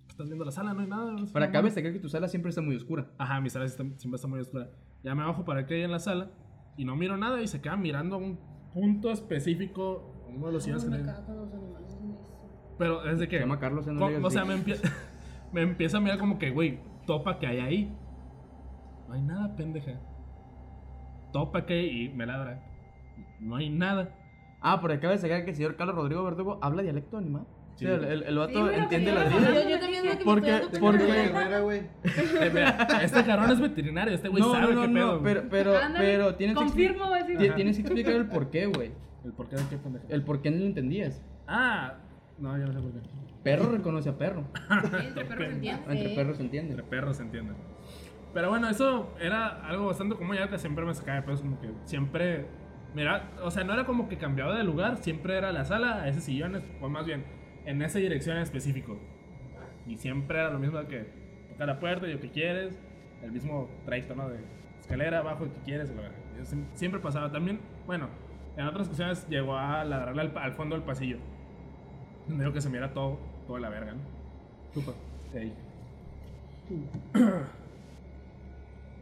Speaker 2: Estás viendo la sala, no hay nada. no sé,
Speaker 5: Para
Speaker 2: no
Speaker 5: acá
Speaker 2: mames.
Speaker 5: ves, que tu sala siempre está muy oscura.
Speaker 2: Ajá, mi sala está- siempre está muy oscura. Ya me bajo para que haya en la sala y no miro nada y se queda mirando a un punto específico, a uno
Speaker 10: Ah,
Speaker 2: de los sillones
Speaker 7: Ay,
Speaker 2: que
Speaker 7: me
Speaker 2: tiene.
Speaker 7: cago con los animales en eso.
Speaker 2: Pero desde
Speaker 5: Se
Speaker 2: que.
Speaker 5: llama Carlos, ya no
Speaker 2: co-
Speaker 5: le digas
Speaker 2: o sea,
Speaker 5: así.
Speaker 2: me, empie- me empieza a mirar como que, güey, topa que hay ahí. No hay nada, pendeja. Topa que hay y me ladra. No hay nada.
Speaker 5: Ah, por acá de sacar que el señor Carlos Rodrigo Verdugo habla dialecto animal.
Speaker 2: Sí.
Speaker 5: Sí, el, el, el vato
Speaker 10: Sí, güey, lo que
Speaker 5: entiende
Speaker 10: yo
Speaker 5: las
Speaker 10: no
Speaker 5: líneas.
Speaker 10: sabía.
Speaker 7: Yo, yo también lo que
Speaker 5: Porque-
Speaker 7: me estoy dando
Speaker 5: porque-
Speaker 7: cuenta.
Speaker 8: Herrera, güey.
Speaker 5: Eh, mira,
Speaker 2: Este cabrón es veterinario, este güey
Speaker 5: No,
Speaker 2: sabe
Speaker 5: no, no,
Speaker 2: qué pedo.
Speaker 5: no,
Speaker 2: güey.
Speaker 5: pero, pero,
Speaker 6: Ándale,
Speaker 5: pero tienes que, expli-
Speaker 6: Confirmo, güey. sí.
Speaker 5: ti- tienes que explicar el por qué, güey.
Speaker 2: ¿El por qué de qué pendejo?
Speaker 5: El por qué no lo entendías.
Speaker 2: Ah, no, ya no sé por qué.
Speaker 5: Perro reconoce a perro.
Speaker 7: Sí, entre perros se entiende.
Speaker 5: Entre perros se entiende.
Speaker 2: Entre perros, entiende. Pero bueno, eso era algo bastante común. Ya te siempre me sacaba de pedos, como que siempre. Mira, o sea, no era como que cambiaba de lugar, siempre era la sala, a ese sillón, o más bien, en esa dirección en específico. Y siempre era lo mismo de que tocar la puerta, yo que quieres, el mismo trayecto, ¿no? De escalera, abajo, que quieres, y la verga. Yo siem- Siempre pasaba también, bueno, en otras ocasiones llegó a ladrarle al, pa- al fondo del pasillo. Donde digo que se mira todo, toda la verga, ¿no? Chupa. Ey.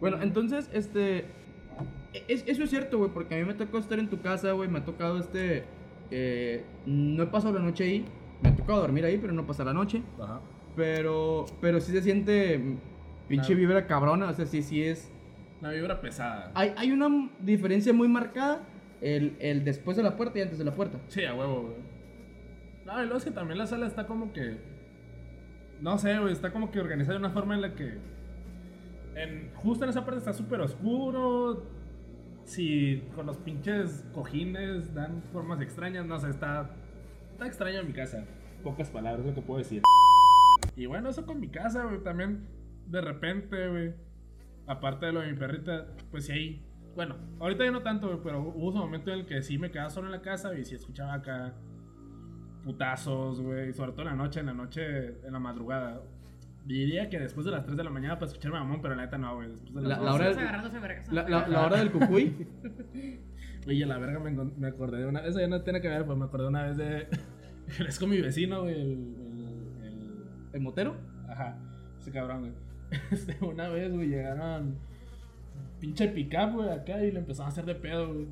Speaker 5: Bueno, entonces, este. es- eso es cierto, güey, porque a mí me tocó estar en tu casa, güey. Me ha tocado este. eh, no he pasado la noche ahí. Me ha tocado dormir ahí, pero no pasar la noche.
Speaker 2: Ajá.
Speaker 5: Pero, pero sí se siente mm, pinche
Speaker 2: Claro.
Speaker 5: vibra cabrona. O sea, sí, sí es.
Speaker 2: La vibra pesada.
Speaker 5: Hay, hay una m- diferencia muy marcada: el, el después de la puerta y antes de la puerta.
Speaker 2: Sí, a huevo, güey. No, y luego es que también la sala está como que. No sé, güey, está como que organizada de una forma en la que. En, justo en esa parte está súper oscuro. Si con los pinches cojines dan formas extrañas, no sé, está. Está extraño en mi casa. Pocas palabras, es lo que puedo decir. Y bueno, eso con mi casa, güey, también. De repente, güey. Aparte de lo de mi perrita, pues sí ahí. Bueno, ahorita ya no tanto, güey, pero hubo un momento en el que sí me quedaba solo en la casa y sí escuchaba acá putazos, güey. Sobre todo en la noche, en la noche, en la madrugada. Diría que después de las 3 de la mañana para escuchar mamón, pero la neta no, güey. Después de las
Speaker 5: La, la
Speaker 2: 11.
Speaker 5: hora,
Speaker 7: Vamos a agarrarnos a vergas.
Speaker 5: la, la- la hora del cucuy.
Speaker 2: Oye, la verga, me, encon- me acordé de una. Eso ya no tiene que ver, pues me acordé una vez de. es con mi vecino, güey. El, el, el-
Speaker 5: ¿El motero?
Speaker 2: Ajá, ese cabrón, güey. Este, una vez, güey, llegaron. Pinche pick-up, güey, acá y le empezaron a hacer de pedo, güey.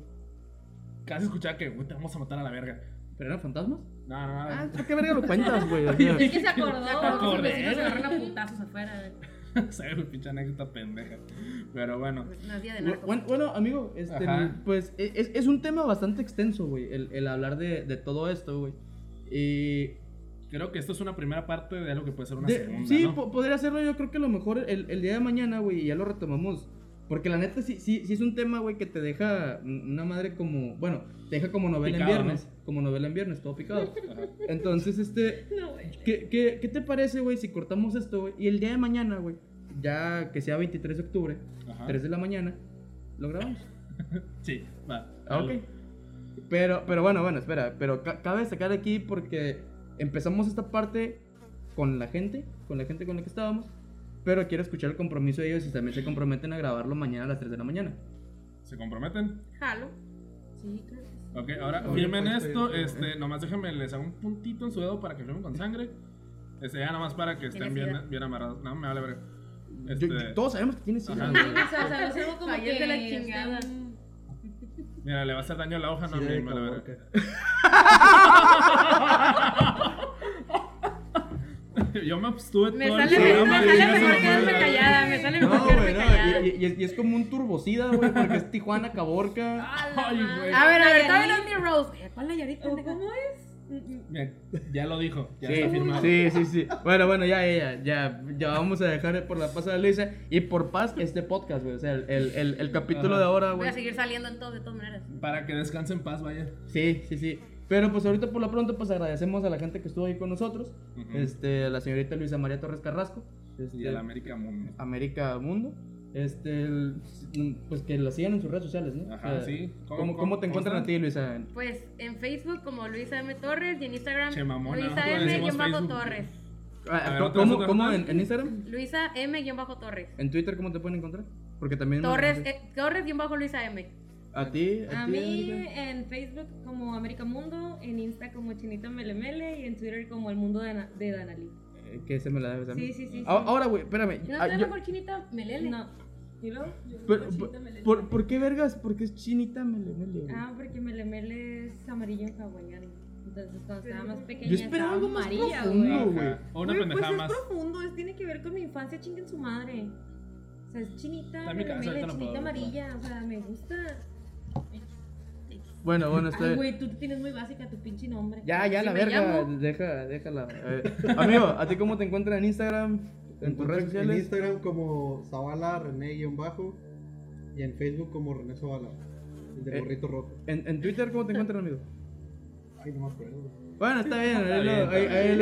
Speaker 2: Casi escuchaba que, güey, te vamos a matar a la verga.
Speaker 5: ¿Pero eran fantasmas?
Speaker 2: No, no, no.
Speaker 5: Ah, ¿por qué verga lo cuentas, güey? O sea,
Speaker 10: Es que se acordó.
Speaker 7: Se acordó que sus
Speaker 2: Acordé,
Speaker 7: vecinos se
Speaker 2: güey.
Speaker 7: agarran a puntazos afuera. güey.
Speaker 2: O sea, güey, pinche anécdota pendeja. Pero bueno.
Speaker 7: Pues, no es día de
Speaker 5: Bu-
Speaker 7: narcos.
Speaker 5: Bueno, bueno, amigo, este,
Speaker 2: Ajá.
Speaker 5: pues e- es, es un tema bastante extenso, güey, el, el hablar de, de todo esto, güey. Y
Speaker 2: Creo que esto es una primera parte de algo que puede ser una
Speaker 5: de-
Speaker 2: segunda.
Speaker 5: sí,
Speaker 2: ¿no?
Speaker 5: po- podría hacerlo yo creo que a lo mejor el, el día de mañana, güey, y ya lo retomamos. Porque la neta sí, sí, sí es un tema, güey, que te deja una madre como, bueno, te deja como novela
Speaker 2: Picado,
Speaker 5: en viernes, como novela en viernes, todo picado.
Speaker 2: Ajá.
Speaker 5: Entonces, este,
Speaker 7: No, güey.
Speaker 5: ¿Qué, qué, qué te parece, güey, si cortamos esto, güey? Y el día de mañana, güey, ya que sea 23 de octubre,
Speaker 2: Ajá.
Speaker 5: 3 de la mañana, lo grabamos.
Speaker 2: Sí, va.
Speaker 5: Ah, ok. Pero, pero bueno, bueno, espera. Pero ca- cabe destacar aquí porque empezamos esta parte con la gente, con la gente con la que estábamos. Pero quiero escuchar el compromiso de ellos y también se comprometen a grabarlo mañana a las 3 de la mañana.
Speaker 2: ¿Se comprometen?
Speaker 7: Jalo. Sí, claro. que sí.
Speaker 2: Ok, ahora
Speaker 8: Oye,
Speaker 2: firmen
Speaker 8: pues,
Speaker 2: esto.
Speaker 8: oye,
Speaker 2: este,
Speaker 5: eh,
Speaker 2: nomás déjenme, les hago un puntito en su dedo para que firmen con sangre. Este, ya nomás para que estén
Speaker 7: Necesidad.
Speaker 2: bien, bien amarrados. No, me vale ver.
Speaker 5: Yo-
Speaker 2: Este,
Speaker 5: yo- todos sabemos que tienes
Speaker 2: Ajá.
Speaker 5: hijos, güey.
Speaker 7: O sea, o sea, es algo como
Speaker 6: Falle
Speaker 7: que
Speaker 6: de la chingada.
Speaker 7: este, un-
Speaker 2: Mira, le va a hacer daño a la hoja, no a
Speaker 8: Sí,
Speaker 2: mí,
Speaker 8: de
Speaker 2: me vale verga.
Speaker 8: Coborca.
Speaker 2: Yo me abstuve
Speaker 6: Me
Speaker 2: todo
Speaker 6: sale,
Speaker 2: el
Speaker 6: me,
Speaker 2: programa.
Speaker 6: me sale
Speaker 2: y
Speaker 6: mejor
Speaker 2: eso
Speaker 6: quedarme
Speaker 2: vale verga.
Speaker 6: callada, me sale mejor
Speaker 5: No,
Speaker 6: quedarme
Speaker 5: güey, no,
Speaker 6: callada.
Speaker 5: y, y- y es, y es como un turbocida, güey, porque es Tijuana, Caborca.
Speaker 2: Ay, güey.
Speaker 6: A ver, a ver,
Speaker 7: Nayarit.
Speaker 6: todavía no es mi Rose. güey. ¿Cuál la Yarit?
Speaker 10: ¿O cómo es?
Speaker 2: Mira, Ya lo dijo, ya
Speaker 5: Sí,
Speaker 2: está firmado.
Speaker 5: sí, sí, sí. Bueno, bueno, ya, ya, ya, ya vamos a dejar por la paz a Luisa y por paz este podcast, güey. O sea, el, el, el, el capítulo de ahora,
Speaker 6: Voy
Speaker 5: güey.
Speaker 6: a seguir saliendo entonces, de todas maneras.
Speaker 2: Para que descanse en paz, vaya.
Speaker 5: Sí, sí, sí. Pero pues ahorita por lo pronto pues agradecemos a la gente que estuvo ahí con nosotros.
Speaker 2: Ujú.
Speaker 5: Este, a la señorita Luisa María Torres Carrasco. Este,
Speaker 2: Y el América Mundo.
Speaker 5: América Mundo. Este, el- pues que la sigan en sus redes sociales, ¿no?
Speaker 2: Ajá, sí.
Speaker 5: ¿Cómo, cómo, te encuentran a
Speaker 2: están?
Speaker 5: ti, Luisa?
Speaker 6: Pues en Facebook como Luisa M. Torres y en Instagram
Speaker 2: Che, mamona,
Speaker 6: Luisa
Speaker 2: nosotros
Speaker 6: M.
Speaker 2: decimos
Speaker 6: bajo
Speaker 2: Facebook.
Speaker 6: Torres.
Speaker 5: Ah,
Speaker 2: ver, otra vez,
Speaker 5: ¿Cómo,
Speaker 2: otra
Speaker 5: cómo
Speaker 2: vez.
Speaker 5: en, en Instagram?
Speaker 6: Luisa M. bajo Torres.
Speaker 5: ¿En Twitter cómo te pueden encontrar? Porque también...
Speaker 6: Torres, eh, Torres y bajo Luisa M.
Speaker 5: A ti, a,
Speaker 10: A
Speaker 5: ti,
Speaker 10: mí
Speaker 5: Erika.
Speaker 10: en Facebook como América Mundo, en Insta como Chinita Melemele y en Twitter como El Mundo de, Ana- de Danali.
Speaker 5: Eh, Que se me la debes a mí.
Speaker 10: Sí, sí, sí. sí.
Speaker 5: Ah, Ahora, güey, espérame.
Speaker 6: ¿No
Speaker 5: Ah,
Speaker 6: está
Speaker 5: yo-
Speaker 6: mejor chinita? Melele.
Speaker 10: No. ¿Y luego? Yo
Speaker 5: Pero-
Speaker 10: como Chinita Melele.
Speaker 5: ¿por, por qué vergas? Porque es chinita, me le- me le-
Speaker 10: Ah, porque Melemele es amarillo en hawaiano. Entonces cuando estaba más pequeña
Speaker 5: Yo esperaba
Speaker 10: estaba
Speaker 5: algo más
Speaker 10: amarilla, güey.
Speaker 5: profundo, güey.
Speaker 2: Ajá. O Ah, una
Speaker 10: Güey,
Speaker 2: pendejada
Speaker 10: pues
Speaker 2: más.
Speaker 10: es profundo, es, tiene que ver con mi infancia, chinguen su madre. O sea, es chinita,
Speaker 2: Está en mi casa,
Speaker 10: melemele,
Speaker 2: ahorita no puedo
Speaker 10: chinita
Speaker 2: ver,
Speaker 10: amarilla, o sea, me gusta. X.
Speaker 5: Bueno, bueno,
Speaker 10: Ay,
Speaker 5: estoy.
Speaker 10: güey, tú tienes muy básica tu pinche nombre.
Speaker 5: Este- Ya, ya,
Speaker 10: Así
Speaker 5: la
Speaker 10: me
Speaker 5: verga.
Speaker 10: llamo.
Speaker 5: Deja, déjala. Eh, amigo, ¿a ti cómo te encuentran en Instagram? ¿En tus redes
Speaker 8: En
Speaker 5: sociales?
Speaker 8: Instagram como Zavala René y bajo y en Facebook como René Zavala, el del
Speaker 5: Eh.
Speaker 8: gorrito rojo.
Speaker 5: ¿En, en Twitter cómo te encuentran, amigo?
Speaker 8: Ay, no me acuerdo. Ah,
Speaker 5: Bueno, está bien. ahí
Speaker 2: bien,
Speaker 5: lo-
Speaker 2: está
Speaker 5: ahí-
Speaker 2: bien.
Speaker 5: ahí lo-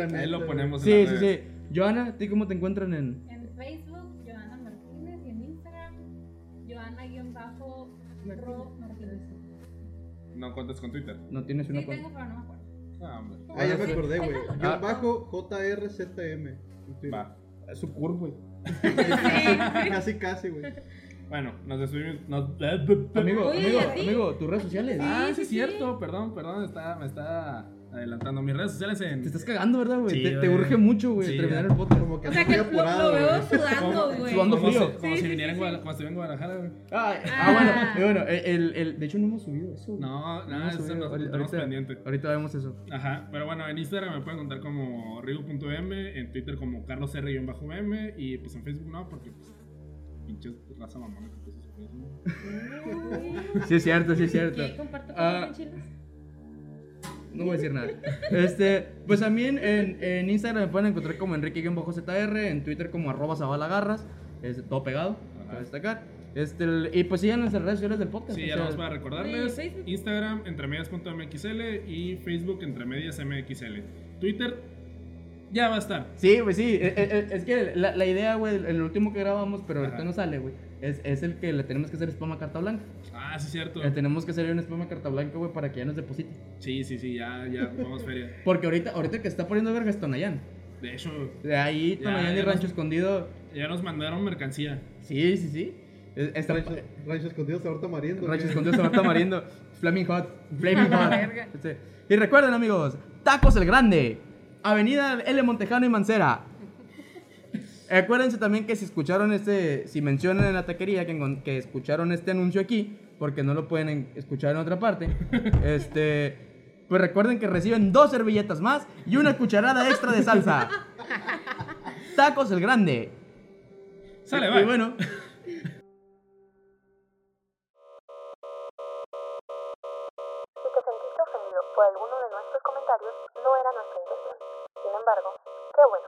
Speaker 8: La neta,
Speaker 2: Ahí lo
Speaker 8: güey.
Speaker 2: ponemos
Speaker 5: Sí,
Speaker 2: en
Speaker 5: sí,
Speaker 2: las
Speaker 5: sí.
Speaker 2: redes.
Speaker 5: Joana, ¿a ti cómo te encuentran en.?
Speaker 10: En Facebook, Joana Martínez y en Instagram, Joana-Ro Martínez.
Speaker 2: No cuentas con Twitter.
Speaker 5: No tienes una
Speaker 10: Sí,
Speaker 5: cuenta.
Speaker 10: tengo, pero no me acuerdo.
Speaker 2: Ah, hombre.
Speaker 8: Ah, ya me
Speaker 5: Sí. Ah,
Speaker 8: acordé, güey.
Speaker 10: Déjalo.
Speaker 8: Guión bajo JRZM. en Twitter.
Speaker 2: Va.
Speaker 5: Es su curva, güey.
Speaker 8: Casi, casi, güey.
Speaker 2: Bueno, nos despedimos. nos-
Speaker 5: Amigo,
Speaker 6: Oye,
Speaker 5: amigo,
Speaker 6: ¿y a ti?
Speaker 5: amigo, tus redes sociales.
Speaker 2: Ah, sí,
Speaker 6: sí,
Speaker 2: es
Speaker 6: sí.
Speaker 2: cierto. Perdón, perdón, está, me está adelantando. Mis redes sociales en.
Speaker 5: Te estás cagando, ¿verdad, güey?
Speaker 2: Sí,
Speaker 5: te, te
Speaker 2: güey.
Speaker 5: urge mucho, güey,
Speaker 2: Sí,
Speaker 5: terminar
Speaker 2: ya.
Speaker 5: el podcast.
Speaker 8: Como que
Speaker 6: O sea
Speaker 8: estoy
Speaker 6: que lo, lo veo sudando, güey.
Speaker 5: Sudando.
Speaker 2: Como,
Speaker 5: frío.
Speaker 2: si, como
Speaker 6: Sí,
Speaker 2: si
Speaker 6: sí,
Speaker 2: viniera en
Speaker 6: sí.
Speaker 2: Guadalajara, como si vengo a Guadalajara, güey.
Speaker 5: Ah,
Speaker 6: Ah.
Speaker 5: ah, bueno, eh, bueno, eh, el, el, de hecho no hemos subido eso. güey.
Speaker 2: No,
Speaker 5: No
Speaker 2: nada,
Speaker 5: hemos
Speaker 2: eso
Speaker 5: subido,
Speaker 2: nos-
Speaker 5: ahorita-
Speaker 2: lo tenemos pendiente.
Speaker 5: Ahorita vemos eso.
Speaker 2: Ajá, pero bueno, en Instagram me pueden contar como rigo.m, en Twitter como carlosr-m y pues en Facebook no, porque pues pinches raza mamona que te sus Facebook.
Speaker 5: Sí, es cierto, sí, es cierto.
Speaker 10: ¿Qué? Comparto con
Speaker 5: Ah.
Speaker 10: los chiles.
Speaker 5: No voy a decir nada. Este, pues también en, en Instagram me pueden encontrar como Enrique-ZR, en Twitter como arroba zabalagarras, este, todo pegado,
Speaker 2: Ajá.
Speaker 5: para destacar. Este, el- y pues sigan nuestras redes sociales del podcast.
Speaker 2: Sí,
Speaker 5: o
Speaker 2: ya
Speaker 5: sea,
Speaker 2: nada más para recordarles,
Speaker 10: Sí, Facebook.
Speaker 2: Instagram entremedias.mxl y Facebook entremediasmxl. Twitter ya va a estar.
Speaker 5: Sí, güey, sí. eh, eh, eh, Es que la, la idea, güey, el, el último que grabamos, pero ahorita
Speaker 2: Ajá.
Speaker 5: no sale, güey. Es, es el que le tenemos que hacer spam a carta blanca.
Speaker 2: Ah, sí, cierto.
Speaker 5: Le tenemos que hacer un spam a carta blanca, güey, para que ya nos deposite.
Speaker 2: Sí, sí, sí, ya, ya, vamos feria.
Speaker 5: Porque ahorita, ahorita el que está poniendo verga es Tonayán.
Speaker 2: De hecho,
Speaker 5: De ahí,
Speaker 2: Ya,
Speaker 5: Tonayán y
Speaker 2: ya
Speaker 5: Rancho
Speaker 2: nos-
Speaker 5: Escondido.
Speaker 2: ya nos mandaron mercancía.
Speaker 5: Sí, sí, sí. Es- Está,
Speaker 8: Rancho, rancho escondido, sabor tamariendo.
Speaker 5: Rancho
Speaker 8: güey.
Speaker 5: Escondido se va a estar mariendo. Flaming Hot. Flaming Hot. Este, Y recuerden, amigos, Tacos el Grande. Avenida L. Montejano y Mancera. Acuérdense también que si escucharon este, si mencionan en la taquería que, encon- que escucharon este anuncio aquí, porque no lo pueden en- escuchar en otra parte, este, pues recuerden que reciben dos servilletas más y una cucharada extra de salsa. Tacos el Grande.
Speaker 2: Sale,
Speaker 5: Y-
Speaker 2: va.
Speaker 5: Y bueno.
Speaker 1: Si te sentiste ofendido por alguno de nuestros comentarios, no era nuestra intención. Sin embargo, qué bueno